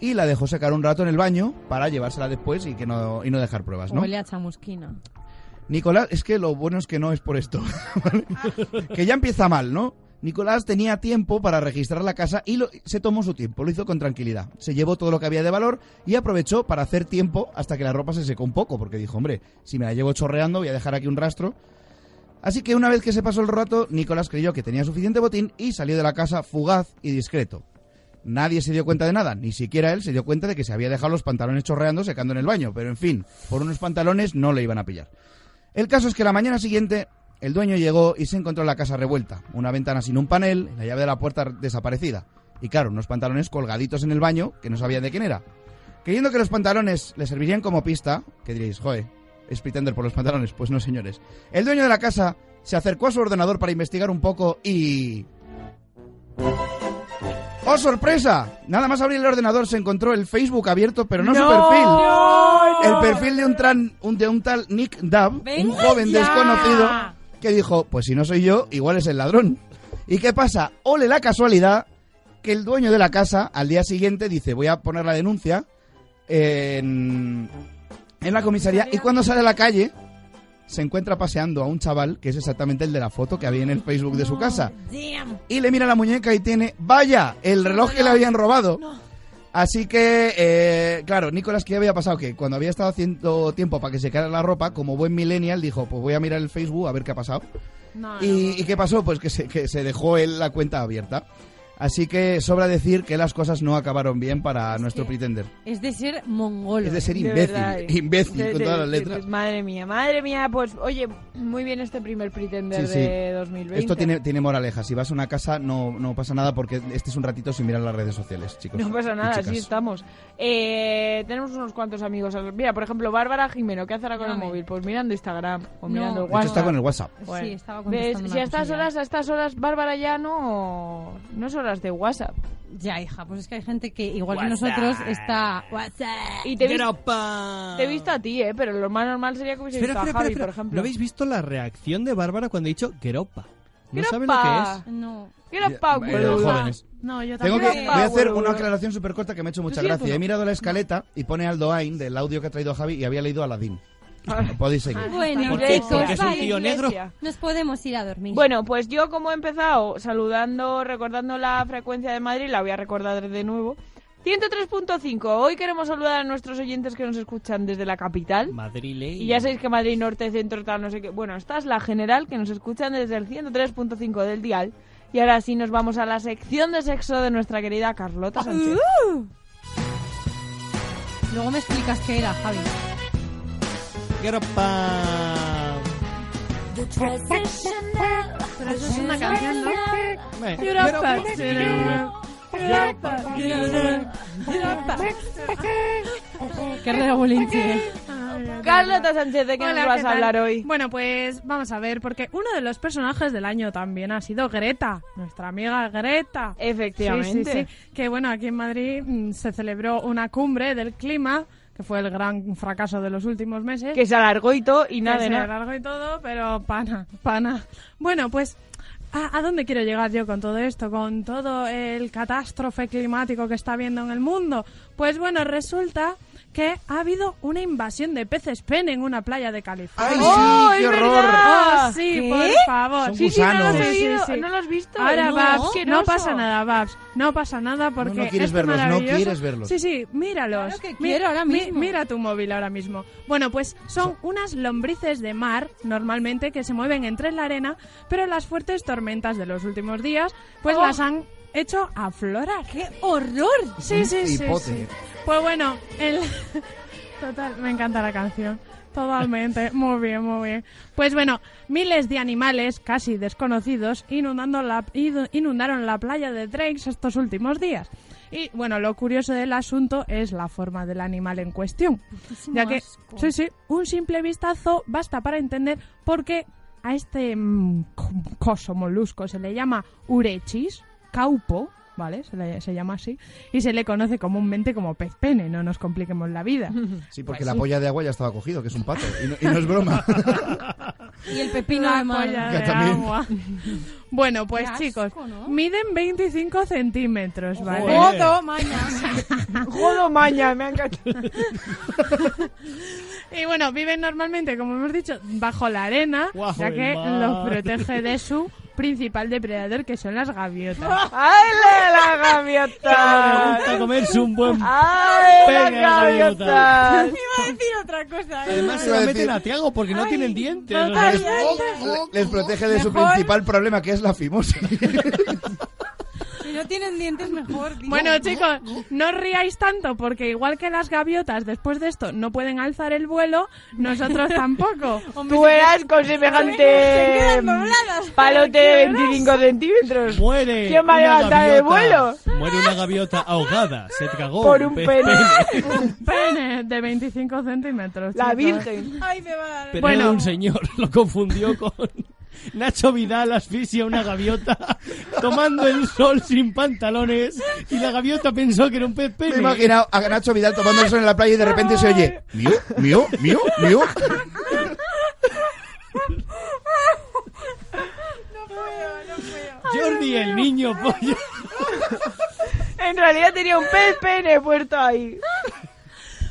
S1: y la dejó secar un rato en el baño para llevársela después y que no y no dejar pruebas, ¿no?
S12: Huele a chamusquina.
S1: Nicolás, es que lo bueno es que no es por esto. ¿vale? que ya empieza mal, ¿no? Nicolás tenía tiempo para registrar la casa y lo- se tomó su tiempo, lo hizo con tranquilidad. Se llevó todo lo que había de valor y aprovechó para hacer tiempo hasta que la ropa se secó un poco, porque dijo, hombre, si me la llevo chorreando voy a dejar aquí un rastro. Así que una vez que se pasó el rato, Nicolás creyó que tenía suficiente botín y salió de la casa fugaz y discreto. Nadie se dio cuenta de nada, ni siquiera él se dio cuenta de que se había dejado los pantalones chorreando secando en el baño, pero en fin, por unos pantalones no le iban a pillar. El caso es que la mañana siguiente el dueño llegó y se encontró la casa revuelta, una ventana sin un panel, la llave de la puerta desaparecida y claro, unos pantalones colgaditos en el baño que no sabían de quién era. Creyendo que los pantalones le servirían como pista, que diréis, joe, es Pretender por los pantalones, pues no señores. El dueño de la casa se acercó a su ordenador para investigar un poco y... ¡Oh, sorpresa! Nada más abrir el ordenador se encontró el Facebook abierto, pero no, su
S11: ¡No!
S1: perfil.
S11: ¡No!
S1: El perfil de un, tran- un- de un tal Nick Dab, un joven
S11: ya!
S1: desconocido, que dijo, pues si no soy yo, igual es el ladrón. ¿Y qué pasa? Ole la casualidad que el dueño de la casa al día siguiente dice, voy a poner la denuncia en, en la comisaría y cuando sale a la calle se encuentra paseando a un chaval que es exactamente el de la foto que había en el Facebook de su casa. Y le mira la muñeca y tiene, vaya, el reloj que le habían robado. Así que, eh, claro, Nicolás, ¿qué había pasado? Que cuando había estado haciendo tiempo para que se quedara la ropa, como buen millennial, dijo, pues voy a mirar el Facebook a ver qué ha pasado.
S10: Ah,
S1: ¿Y, y qué pasó? Pues que se, que se dejó él la cuenta abierta. Así que sobra decir que las cosas no acabaron bien para nuestro Pretender.
S12: Es de ser mongolo.
S1: Es de ser
S10: De
S1: imbécil,
S10: verdad, eh.
S1: imbécil
S10: De-
S1: con
S10: de-
S1: todas las
S10: de-
S1: letras.
S10: pues, madre mía, madre mía, pues oye, muy bien este primer Pretender
S1: Sí, sí.
S10: de 2020.
S1: Esto tiene, tiene moraleja. Si vas a una casa, no, no pasa nada porque este es un ratito sin mirar las redes sociales, chicos.
S10: No pasa
S1: y
S10: nada,
S1: chicas.
S10: así estamos. Eh, tenemos unos cuantos amigos. Mira, por ejemplo, Bárbara Jimeno, ¿qué hace ahora con el móvil? Pues mirando Instagram o
S1: No.
S10: mirando
S1: De
S10: el
S1: hecho,
S10: WhatsApp.
S1: está con el WhatsApp.
S10: Bueno,
S12: Sí, estaba
S10: ¿ves?
S12: contestando
S10: Si
S12: una
S10: a estas
S12: cosilla.
S10: horas, a estas horas, Bárbara ya no, no es horas de WhatsApp.
S12: Ya, hija, pues es que hay gente que, igual que nosotros, está... WhatsApp.
S10: Y te he vis- te he visto a ti, ¿eh? Pero lo más normal sería que hubiese
S2: Espera,
S10: visto a
S2: espera,
S10: Javi,
S2: espera, espera.
S10: por ejemplo.
S2: ¿No habéis visto la reacción de Bárbara cuando he dicho Geropa? ¿No
S10: Geropa.
S2: sabe lo que es?
S12: No.
S10: Get up, Pau,
S1: Bueno,
S10: boluda.
S1: eh, jóvenes.
S10: No, yo
S1: Tengo que,
S10: también.
S1: voy a hacer
S10: Boluda.
S1: una aclaración súper corta que me ha hecho mucha
S10: sigue tú,
S1: gracia.
S10: no?
S1: He mirado la escaleta y pone Aldo Ain del audio que ha traído Javi y había leído Aladdin.
S13: Ah.
S1: No Podéis seguir.
S12: Bueno,
S1: ¿Por qué?
S12: chicos,
S1: Porque es un
S12: vale,
S1: tío negro.
S12: Nos podemos ir a dormir.
S10: Bueno, pues yo como he empezado saludando, recordando la frecuencia de Madrid, la voy a recordar de nuevo. 103.5. Hoy queremos saludar a nuestros oyentes que nos escuchan desde la capital.
S2: Madrileño.
S10: Y ya sabéis que Madrid Norte, Centro, tal, no sé qué. Bueno, esta es la general que nos escuchan desde el 103.5 del dial. Y ahora sí nos vamos a la sección de sexo de nuestra querida Carlota Sánchez.
S12: Luego me explicas qué era, Javi.
S2: Geropa.
S11: Pero eso es una canción, ¿no?
S2: Bueno,
S11: Europa,
S2: pero-
S11: Europa, Europa, Europa, Europa.
S12: Qué revolinche.
S10: Carlota Sánchez, ¿de qué
S13: Hola,
S10: nos vas
S13: ¿qué
S10: a
S13: tal?
S10: hablar hoy?
S13: Bueno, pues vamos a ver, porque uno de los personajes del año también ha sido Greta, nuestra amiga Greta.
S10: Ah, Efectivamente.
S13: Sí, sí, sí. Que bueno, aquí en Madrid mm, se celebró una cumbre del clima, que fue el gran fracaso de los últimos meses.
S10: Que se alargó y todo y
S13: Que
S10: nada de
S13: se
S10: nada.
S13: alargó y todo, pero pana, pana. Bueno, pues, ¿a, a dónde quiero llegar yo con todo esto? Con todo el catástrofe climático que está habiendo en el mundo. Pues bueno, resulta que ha habido una invasión de peces pene en una playa de California.
S11: ¡Ay, sí, ¡Oh, qué es horror! verdad!
S13: Oh, sí,
S11: ¿Qué?
S13: por favor.
S11: Son Sí, sí, no lo gusanos. he
S10: oído, no lo has visto.
S13: Ahora,
S10: No,
S13: Babs, no
S10: asqueroso.
S13: pasa nada, Babs. No pasa nada porque
S1: no quieres
S13: este
S1: verlos, no
S13: maravilloso-
S1: quieres verlos.
S13: Sí, sí, míralos.
S12: Claro que quiero ahora mismo.
S13: mira tu móvil ahora mismo. Bueno, pues son unas lombrices de mar, normalmente, que se mueven entre la arena, pero las fuertes tormentas de los últimos días, pues
S12: Oh.
S13: las han hecho aflorar. ¡Qué horror! Sí, sí, sí, sí.
S11: Hipote.
S13: Pues bueno, el... Total, me encanta la canción. Totalmente, muy bien, muy bien. Pues bueno, miles de animales casi desconocidos inundando la, idu- inundaron la playa de Drakes estos últimos días. Y bueno, lo curioso del asunto es la forma del animal en cuestión.
S12: Putísimo
S13: Ya que,
S12: asco.
S13: sí, sí, un simple vistazo basta para entender por qué a este mm, co- coso molusco se le llama urechis, caupo, ¿vale? Se, le- se llama así. Y se le conoce comúnmente como pez pene, no nos compliquemos la vida.
S1: Sí, porque la polla de agua ya estaba cogido, que es un pato. Y no, y no es broma.
S12: Y el pepino
S13: La
S12: de mar.
S13: polla
S12: Ya
S13: de
S12: también.
S13: agua. Bueno, pues
S12: Qué asco,
S13: chicos, miden 25 centímetros, ¿vale?
S11: Jodo, maña. Jodo, maña,
S13: me ha encantado. y bueno, viven normalmente, como hemos dicho, bajo la arena,
S11: Bajo
S13: ya
S11: el
S13: que
S11: mar.
S13: los protege de su principal depredador, que son las gaviotas.
S11: ¡Ay, la gaviota!
S10: Ah.
S2: Me gusta comerse un buen
S11: ¡Ay, la
S2: Pene de gaviota.
S11: gaviota!
S12: Iba a decir otra cosa. ¿eh?
S2: Además se
S1: Iba a
S2: la
S1: decir-
S2: meten a Tiago porque no tienen dientes.
S1: Les, les protege de su
S12: Mejor.
S1: principal problema, que es la fimosis.
S12: Si no tienen dientes, mejor. digo.
S13: Bueno, chicos, no os riáis tanto porque igual que las gaviotas después de esto no pueden alzar el vuelo, nosotros tampoco.
S12: Tú eras
S13: con
S12: semejante
S13: palote
S5: de
S13: 25
S5: centímetros.
S2: Muere.
S5: ¿Quién va a
S2: una
S5: levantar el
S2: gaviota.
S5: vuelo?
S2: Muere una gaviota ahogada. Se tragó
S5: Por un
S2: pe-
S5: pene.
S13: Un pene de 25 centímetros.
S5: La
S13: chicos.
S5: Virgen.
S12: Ay, me va a dar.
S2: Pero
S13: Bueno.
S2: era un señor lo confundió con Nacho Vidal asfixia a una gaviota tomando el sol sin pantalones y la gaviota pensó que era un pez
S1: Me
S2: pene.
S1: he imaginado a Nacho Vidal tomando el sol en la playa y de repente se oye mío, mío, mío, mío.
S13: Pues
S2: Jordi el niño pollo.
S5: En realidad tenía un pez pene puerto ahí.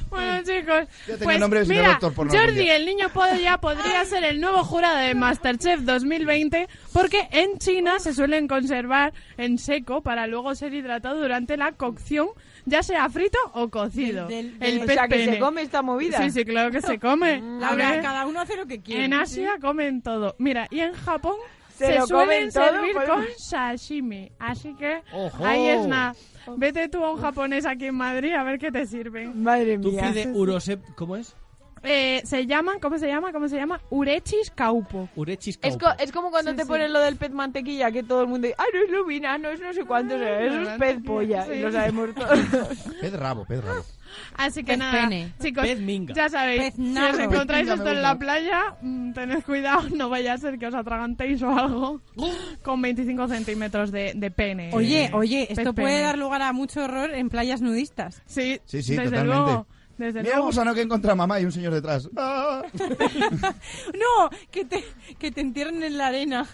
S13: Bueno, chicos.
S5: tenía
S13: pues,
S5: nombre de señor
S13: mira,
S5: doctor por no
S13: Jordi,
S5: aprender.
S13: el niño pollo ya podría ser el nuevo jurado de Masterchef 2020 porque en China se suelen conservar en seco para luego ser hidratado durante la cocción, ya sea frito o cocido.
S10: Del- del-
S13: el
S10: o
S13: pez
S10: sea, que se
S13: pene.
S10: come esta movida.
S13: Sí, sí, claro que se come. A
S12: Ahora
S13: ver,
S12: cada uno hace lo que quiere.
S13: En Asia comen todo. Mira, y en Japón
S12: Se
S13: se,
S12: lo
S13: suelen
S12: comen todo,
S13: servir
S12: pues.
S13: con sashimi. Así que
S2: Ojo.
S13: ahí es nada. Vete tú a un japonés aquí en Madrid a ver qué te sirven.
S5: Madre
S2: Tú pide urosep, ¿cómo es?
S13: Eh, se llama, ¿cómo se llama? ¿Cómo se llama? Urechis caupo.
S2: Urechis
S10: Es,
S2: caupo.
S10: co- es como cuando
S13: Sí,
S10: te
S13: sí.
S10: ponen lo del pez mantequilla, que todo el mundo dice, ah, no es lubina, no es no sé cuánto,
S13: Ah,
S10: eso es pez polla,
S13: sí.
S10: y lo sabemos todos.
S1: Pez rabo, pez rabo.
S13: Así que
S10: Pez
S13: nada,
S10: pene.
S13: chicos,
S10: Pez minga.
S13: ya sabéis,
S10: Pez
S13: si
S10: nardo.
S13: os encontráis
S10: Pez minga
S13: esto
S10: me
S13: en la playa, mm, tened cuidado, no vaya a ser que os atragantéis o algo con 25 centímetros de, de pene.
S12: Oye,
S13: Eh,
S12: oye,
S13: pez
S12: esto puede
S13: pene.
S12: dar lugar a mucho horror en playas nudistas.
S13: Sí,
S1: Sí, sí, totalmente.
S13: desde
S1: Mira el
S13: luego.
S1: gusano que encuentra mamá y un señor detrás. Ah,
S12: No, que te, que te entierren en la arena.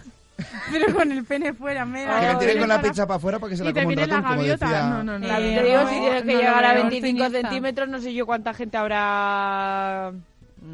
S12: Pero con el pene fuera, me
S1: Ah,
S12: da
S1: que me
S12: horror.
S1: tiren con la pecha para afuera para que se la
S12: Y te
S1: coma un
S12: viene la
S1: ratón, como
S12: gaviota.
S1: decía...
S12: No, no, no.
S10: La-
S12: Eh,
S10: te digo,
S12: no,
S10: si tienes que
S12: no lo
S10: llegar a
S12: veo
S10: 25
S12: optimista.
S10: centímetros, no sé yo cuánta gente habrá...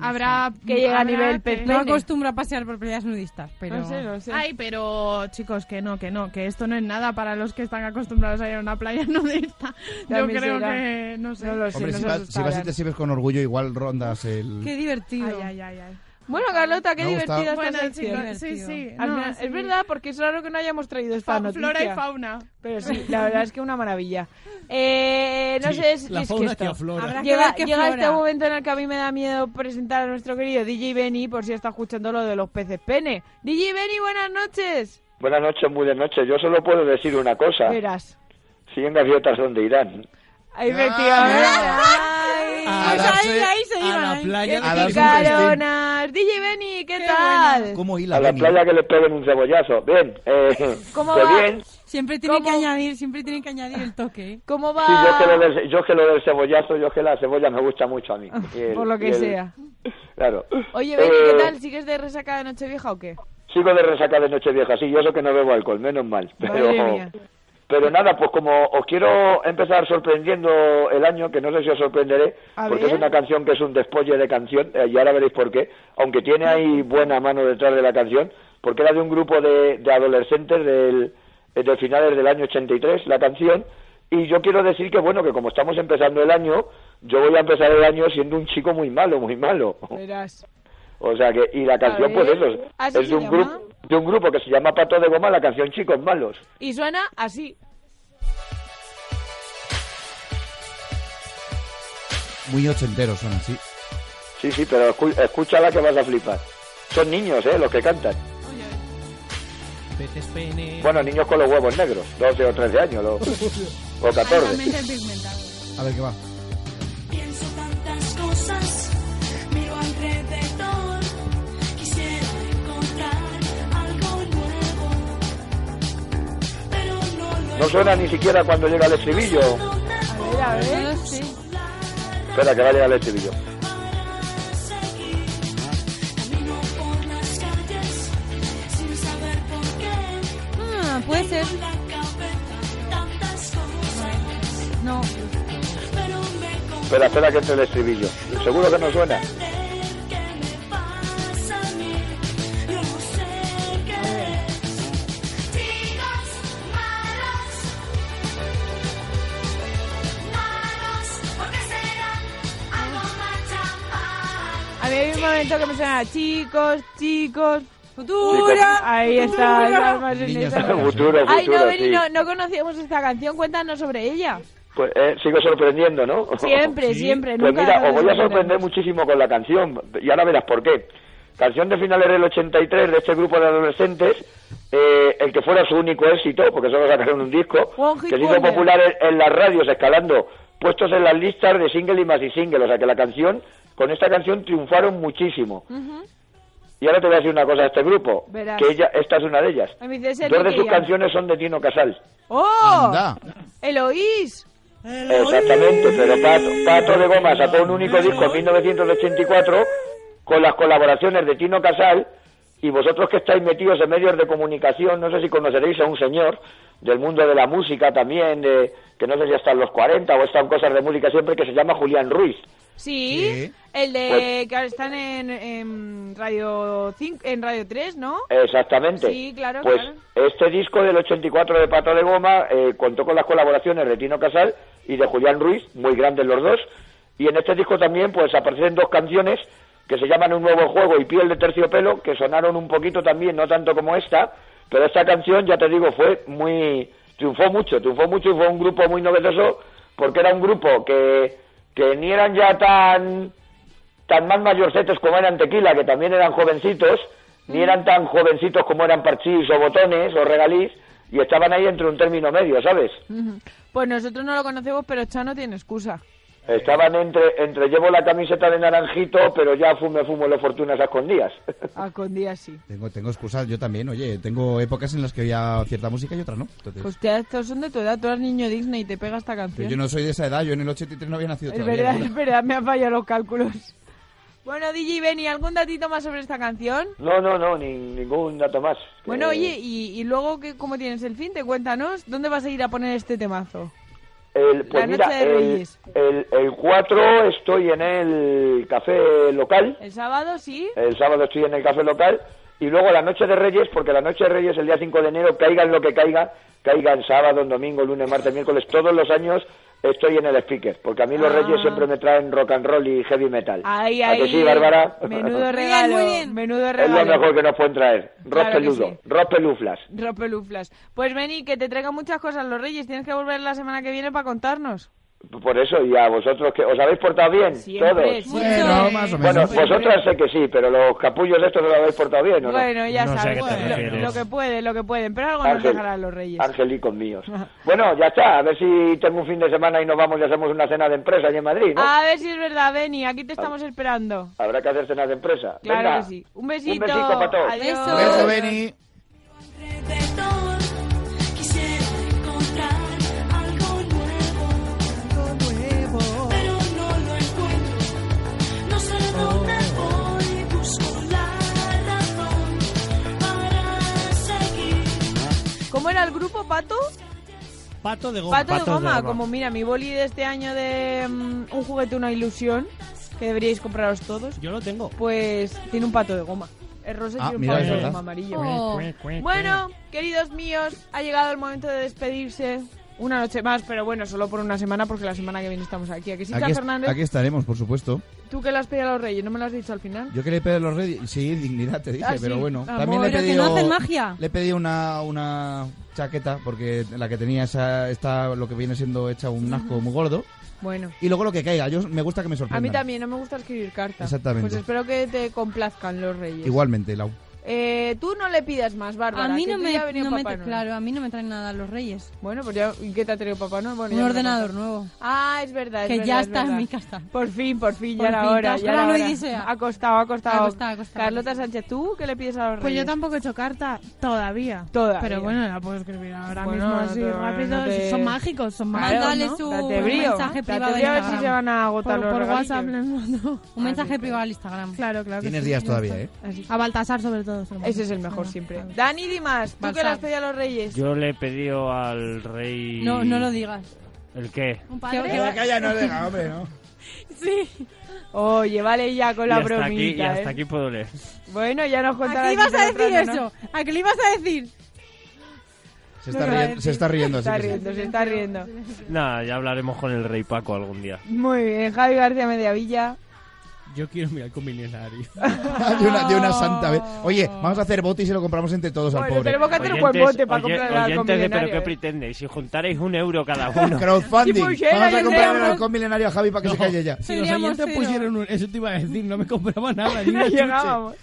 S13: Habrá
S10: que llega a
S13: habrá
S10: nivel
S13: que-
S10: pez
S12: No
S10: pene.
S12: acostumbro a pasear por playas nudistas, pero...
S10: No sé, no sé.
S13: Ay, pero chicos, que no, que no, que esto no es nada para los que están acostumbrados a ir a una playa nudista. Yo
S10: También
S13: creo
S10: será.
S13: que, no sé.
S10: No lo sé,
S1: Hombre,
S10: no
S1: si
S10: se
S1: vas, si
S10: asustarán.
S1: vas y te sirves con orgullo, igual rondas el...
S12: Qué divertido.
S13: Ay, ay, ay, ay.
S10: Bueno, Carlota, qué
S1: Me ha gustado.
S10: divertida
S13: Bueno,
S10: esta sección.
S13: chicos, sí, sí,
S10: Al
S13: no,
S10: final-
S13: sí.
S10: Es verdad, porque es raro que no hayamos traído esta
S13: Fa-
S10: noticia.
S13: flora y fauna.
S10: Pero sí, la verdad es que una maravilla. Eh, no
S13: Sí,
S10: sé si
S13: la
S10: es
S13: fauna
S10: que esto-
S13: que aflora. Habrá que
S10: Llega,
S13: ver qué
S10: llega este
S13: flora.
S10: momento en el que a mí me da miedo presentar a nuestro querido DJ Benny, por si está escuchando lo de los peces pene. DJ Benny, buenas noches.
S16: Buenas noches, muy de noche. Yo solo puedo decir una cosa.
S10: Verás.
S16: 100 gaviotas donde irán.
S10: Efectivamente. Ay, pues
S1: A la
S10: ahí,
S1: se-
S10: ahí se
S1: a
S10: iban, ¿eh?
S1: la
S10: ahí.
S1: playa
S10: Qué
S1: a las
S10: picaronas. DJ Benny, ¿qué, tal?
S1: ¿Cómo
S16: a la playa que le peguen un cebollazo. Bien. Eh,
S12: ¿Cómo
S16: pues
S12: va?
S16: bien.
S12: Siempre tiene que añadir, siempre tiene que añadir el toque. ¿eh?
S10: ¿Cómo
S16: Sí, yo que, lo del, yo que lo del cebollazo, yo que la cebolla me gusta mucho a mí. Y el-
S10: Ah, Por lo
S16: y
S10: que
S16: el-
S10: sea.
S16: Claro.
S10: Oye, Benny, ¿qué
S16: Eh,
S10: tal? ¿Sigues de resaca de Nochevieja o qué?
S16: Sigo de resaca de Nochevieja, sí, y eso que no bebo alcohol, menos mal. Pero,
S10: Madre mía.
S16: pero nada, pues como os quiero empezar sorprendiendo el año, que no sé si os sorprenderé,
S10: A
S16: porque
S10: ver.
S16: es una canción que es un despolle de canción, eh, y ahora veréis por qué, aunque tiene ahí buena mano detrás de la canción, porque era de un grupo de, de adolescentes del, eh, de finales del año 83, la canción, y yo quiero decir que, bueno, que como estamos empezando el año, yo voy a empezar el año siendo un chico muy malo, muy malo.
S10: Verás.
S16: O sea que, y la canción,
S10: ver,
S16: pues eso,
S10: ¿así
S16: es
S10: se
S16: de un,
S10: llama?
S16: grupo, de un grupo que se llama Pato de Goma, la canción Chicos Malos.
S10: Y suena así.
S1: Muy ochenteros son así.
S16: Sí, sí, pero escu- escúchala que vas a flipar. Son niños, ¿eh? Los que cantan.
S2: Peces pene.
S16: Bueno, niños con los huevos negros, 12 o 13 años, lo- o 14.
S1: A ver qué va.
S11: Pienso tantas cosas, miro alrededor, quisiera encontrar algo nuevo, pero no lo
S16: No suena ni siquiera cuando llega el estribillo.
S11: A ver, a ver.
S16: Espera, que va a llegar el estribillo.
S11: Camino por las calles.
S12: Ah, puede ser. No.
S16: Espera, espera que entre el estribillo. Seguro que no suena.
S10: A mí hay un momento que me suena chicos, chicos.
S12: ¡Futura!
S10: Ahí está,
S12: ¡Futura!
S10: las almas en
S16: Niños
S10: esa.
S16: de la Futura,
S10: Ay, no,
S16: futura,
S10: Beni,
S16: sí.
S10: no, no conocíamos esta canción. Cuéntanos sobre ella.
S16: Pues eh, sigo sorprendiendo, ¿no?
S10: Siempre, Sí. siempre,
S16: Oh, Pues
S10: nunca
S16: mira, os
S10: dejas de
S16: voy a sorprender
S10: sorprendernos.
S16: muchísimo con la canción, y ahora verás por qué. Canción de finales del 83 de este grupo de adolescentes, eh, el que fuera su único éxito, porque solo sacaron un disco,
S10: One Hit
S16: que se hizo
S10: Wonder.
S16: popular en, en las radios, escalando puestos en las listas de single y más y single. O sea que la canción, con esta canción triunfaron muchísimo. Y ahora te voy a decir una cosa a este grupo,
S10: Verás.
S16: que ella, esta es una de ellas.
S10: A mí de ese
S16: Dos de
S10: Nicky
S16: sus
S10: ya.
S16: canciones son de Tino Casal.
S10: ¡Oh! ¡Eloís!
S16: Exactamente, pero Pato, Pato de Goma sacó un único disco en 1984 con las colaboraciones de Tino Casal y vosotros que estáis metidos en medios de comunicación, no sé si conoceréis a un señor del mundo de la música también, de, que no sé si hasta en los 40 o están cosas de música siempre, que se llama Julián Ruiz.
S10: Sí,
S16: Pues-
S10: el de que ahora están en, en Radio 5, en Radio 3, ¿no?
S16: Eh. Exactamente.
S10: Sí, claro,
S16: Pues
S10: claro.
S16: este disco del 84 de Pato de Goma eh, contó con las colaboraciones de Tino Casal y de Julián Ruiz, muy grandes los dos. Y en este disco también pues aparecen dos canciones que se llaman Un Nuevo Juego y Piel de Terciopelo, que sonaron un poquito también, no tanto como esta, pero esta canción, ya te digo, fue muy... triunfó mucho, triunfó mucho y fue un grupo muy novedoso porque era un grupo que, que ni eran ya tan tan más mayorcetes como eran Tequila, que también eran jovencitos, ni eran tan jovencitos como eran Parchís o Botones o Regaliz, y estaban ahí entre un término medio, ¿sabes?
S10: Ujú. Pues nosotros no lo conocemos, pero Chano tiene excusa.
S16: Estaban entre, entre llevo la camiseta de naranjito, pero ya fume, fumo las fortunas a escondidas.
S10: A con día sí.
S1: Tengo, tengo excusas, yo también, oye, tengo épocas en las que oía cierta música y otras no. Entonces,
S10: Hostia, estos son de tu edad, tú eras niño Disney y te pega esta
S1: pero
S10: canción.
S1: yo no soy de esa edad, yo en el 83 no había nacido
S10: Es
S1: todavía.
S10: verdad, es verdad, me han fallado los cálculos. Bueno, DJ Benny, ¿algún datito más sobre esta canción?
S16: No, no, no, ni, ningún dato más.
S10: Bueno,
S16: Eh,
S10: oye, y, y luego, que ¿cómo tienes el fin? Te cuéntanos, ¿dónde vas a ir a poner este temazo?
S16: el, pues
S10: la
S16: mira,
S10: noche de
S16: el-
S10: Reyes.
S16: el, el 4 estoy en el café local,
S10: ¿El sábado, sí?
S16: El sábado estoy en el café local. Y luego la noche de Reyes, porque la noche de Reyes, el día 5 de enero, caigan lo que caiga, caigan sábado, domingo, lunes, martes, miércoles, todos los años estoy en el speaker. Porque a mí los
S10: Ah.
S16: Reyes siempre me traen rock and roll y heavy metal.
S10: Ahí,
S16: ¿A
S10: ahí.
S16: Ah, que sí, Bárbara?
S10: Menudo regalo, menudo
S16: es lo
S10: regalo.
S16: mejor que nos pueden traer. Rock
S10: Claro que
S16: peludo,
S10: sí.
S16: rock peluflas.
S10: Ropeluflas. Pues Benny, que te traiga muchas cosas los Reyes, tienes que volver la semana que viene para contarnos.
S16: Por eso, y a vosotros que os habéis portado bien,
S10: Siempre,
S16: todos.
S10: siempre. Bueno, más o menos.
S16: Bueno, pues,
S10: Siempre.
S16: vosotras sé que sí, pero los capullos estos os lo habéis portado bien, ¿o no?
S10: Bueno, ya sabes, lo,
S16: refieres.
S10: lo que puede, lo que pueden, pero algo nos
S16: Ángel.
S10: dejarán los Reyes.
S16: Angelicos míos. Bueno, ya está. A ver si tengo un fin de semana y nos vamos y hacemos una cena de empresa allí en Madrid, ¿no?
S10: A ver si es verdad, Benny, aquí te estamos esperando.
S16: Habrá que hacer cenas de empresa.
S10: Claro
S16: Venga.
S10: que sí. Un besito.
S16: besito para todos.
S10: Adiós.
S16: Un beso, Beni.
S11: alrededor. Quisiera encontrar algo nuevo, pero no lo encuentro. No sé dónde voy, busco la razón para seguir.
S10: ¿Cómo era el grupo, Pato?
S2: Pato de
S10: Pato de goma, como mira, mi boli de este año de mm, un juguete, una ilusión, que deberíais compraros todos.
S2: Yo lo tengo.
S10: Pues tiene un pato de goma. El rosa
S2: Ah,
S10: tiene un
S2: mira,
S10: pato
S2: es
S10: de
S2: verdad.
S10: goma amarillo.
S2: Oh. Cue, cue, cue.
S10: Bueno, queridos míos, ha llegado el momento de despedirse. Una noche más, pero bueno, solo por una semana, porque la semana que viene estamos aquí. ¿A que sí, Chan
S1: Aquí, es-
S10: Fernández?
S1: aquí estaremos, por supuesto.
S10: ¿Tú que le has pedido a los reyes? ¿No me lo has dicho al final?
S1: Yo que le he pedido a los Reyes, sí, dignidad te dije,
S10: Ah, sí.
S1: pero bueno,
S10: Amor.
S1: también le he
S10: Pero que
S1: pedido
S10: no hacen magia.
S1: Le he pedido una una chaqueta porque la que tenía esa está lo que viene siendo hecha un asco muy gordo
S10: Bueno.
S1: y luego lo que caiga, yo me gusta que me sorprenda.
S10: A mí también, no me gusta escribir cartas.
S1: Exactamente.
S10: Pues espero que te complazcan los reyes.
S1: Igualmente, Lau.
S10: Eh, tú no le pidas más, Bárbara.
S12: A mí
S10: que
S12: no
S10: tú
S12: me,
S10: ya ha venido
S12: no me-
S10: Papá Noel.
S12: claro, a mí no me traen nada los Reyes.
S10: Bueno, pues ya, ¿y ¿qué te ha traído Papá Noel? Bueno,
S12: Un
S10: ya me lo
S12: ordenador
S10: contarás.
S12: nuevo.
S10: Ah, es verdad. es
S12: Que ya
S10: verdad, es
S12: está en
S10: verdad.
S12: mi casa.
S10: Por fin, por fin,
S12: Por
S10: ya era
S12: fin,
S10: hora.
S12: tras
S10: Ya era
S12: gran
S10: hora.
S12: odisea.
S10: Ha costado, ha costado.
S12: Ha costado, ha costado.
S10: Carlota Sánchez, ¿tú qué le pides a los
S13: Pues yo
S10: reyes?
S13: tampoco he hecho carta todavía.
S10: Todavía.
S13: Pero bueno, la puedo escribir ahora
S10: Bueno,
S13: mismo
S10: no
S13: así
S10: te-
S13: rápido.
S10: no te-
S13: Son mágicos, son
S10: Claro,
S13: mágicos.
S10: Mándales
S13: ¿no?
S10: un Date brío. mensaje Date privado de brío a ver si Instagram. se van a agotar
S13: por,
S10: los Ah,
S13: por
S10: regalitos.
S13: WhatsApp les mando.
S12: Un mensaje privado al Instagram.
S13: Claro, claro. que
S1: Tienes
S13: sí.
S1: días todavía, ¿eh?
S13: A Baltasar sobre todo. todos hermanos.
S10: Ese es el mejor
S13: Bueno,
S10: siempre. Dani Dimas, ¿tú qué le has pedido a los reyes?
S4: Yo le he pedido al rey...
S10: No, no lo digas.
S4: ¿El qué?
S10: ¿Un
S13: padre?
S1: Que la calla no deja, hombre, ¿no?
S10: Sí. Oye, vale ya con
S4: Y
S10: la
S4: hasta,
S10: bromita.
S4: aquí, y hasta
S10: ¿eh?
S4: aquí puedo leer.
S10: Bueno, ya nos
S12: ¿A
S10: contarás.
S12: qué ibas
S10: si te
S12: a
S10: lo
S12: decir
S10: traes o no.
S12: eso? ¿A qué le ibas a decir?
S1: Se
S10: No
S1: está,
S10: lo va a
S1: riendo,
S10: decir.
S1: se está riendo, así
S10: Se está
S1: que sí.
S10: riendo, se está riendo.
S4: Nada, ya hablaremos con el rey Paco algún día.
S10: Muy bien, Javi García Mediavilla.
S2: Yo quiero mi halcón milenario.
S1: de, una, de una santa vez. Oye, vamos a hacer bote y se lo compramos entre todos al
S10: Bueno,
S1: pobre.
S10: tenemos que hacer un buen bote para comprar el ¿eh? halcón
S4: oyentes de pero
S10: milenario.
S4: qué pretendéis, si juntarais un euro cada uno.
S1: Crowdfunding.
S10: Sí, pues, llega
S1: vamos a
S10: el
S1: comprar un
S10: euro.
S1: halcón milenario a Javi para que se calle ya.
S2: Si los oyentes pusieron un... Eso te iba a decir, no me compraba nada. ni una chuche.
S10: llegábamos.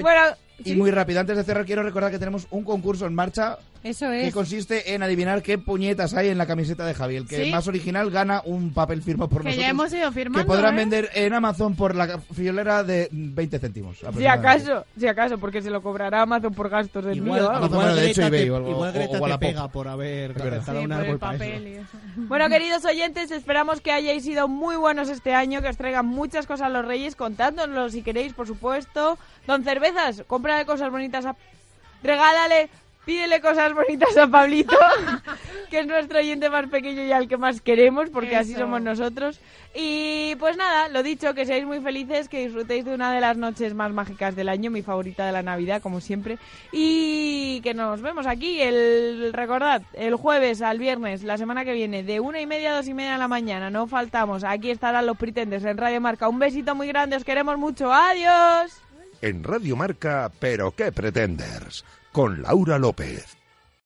S10: Bueno,
S1: Y muy rápido, antes de cerrar, quiero recordar que tenemos un concurso en marcha
S12: Eso
S1: que
S12: es.
S1: consiste en adivinar qué puñetas hay en la camiseta de Javi. El que
S13: Sí.
S1: más original gana un papel firmado por
S13: Que
S1: nosotros.
S13: ya hemos ido firmando.
S1: que podrán
S13: ¿eh?
S1: vender en Amazon por la friolera de 20 céntimos.
S10: Si
S1: aproximadamente.
S10: acaso, si acaso, porque se lo cobrará Amazon por gastos del
S1: Igual
S10: mío.
S1: Amazon
S10: vamos.
S1: Bueno, de hecho,
S2: Greta te-
S1: eBay o algo-
S2: igual
S1: o-
S2: Greta
S1: o
S2: te
S1: Wallapop.
S2: pega por haber
S1: verdad.
S2: calentado
S1: Sí,
S2: un
S1: por el
S2: árbol para
S1: papel
S2: eso.
S10: Bueno, queridos oyentes, esperamos que hayáis sido muy buenos este año, que os traigan muchas cosas los reyes, contádnoslo si queréis, por supuesto. Don Cervezas, cómprale cosas bonitas a... Regálale, pídele cosas bonitas a Pablito, que es nuestro oyente más pequeño y al que más queremos, porque así
S13: Eso.
S10: somos nosotros. Y pues nada, lo dicho, que seáis muy felices, que disfrutéis de una de las noches más mágicas del año, mi favorita de la Navidad, como siempre. Y que nos vemos aquí, el, recordad, el jueves al viernes, la semana que viene, de una y media a dos y media de la mañana, no faltamos. Aquí estarán los Pretenders en Radio Marca. Un besito muy grande, os queremos mucho, adiós.
S9: En Radio Marca, pero qué pretenders, con Laura López.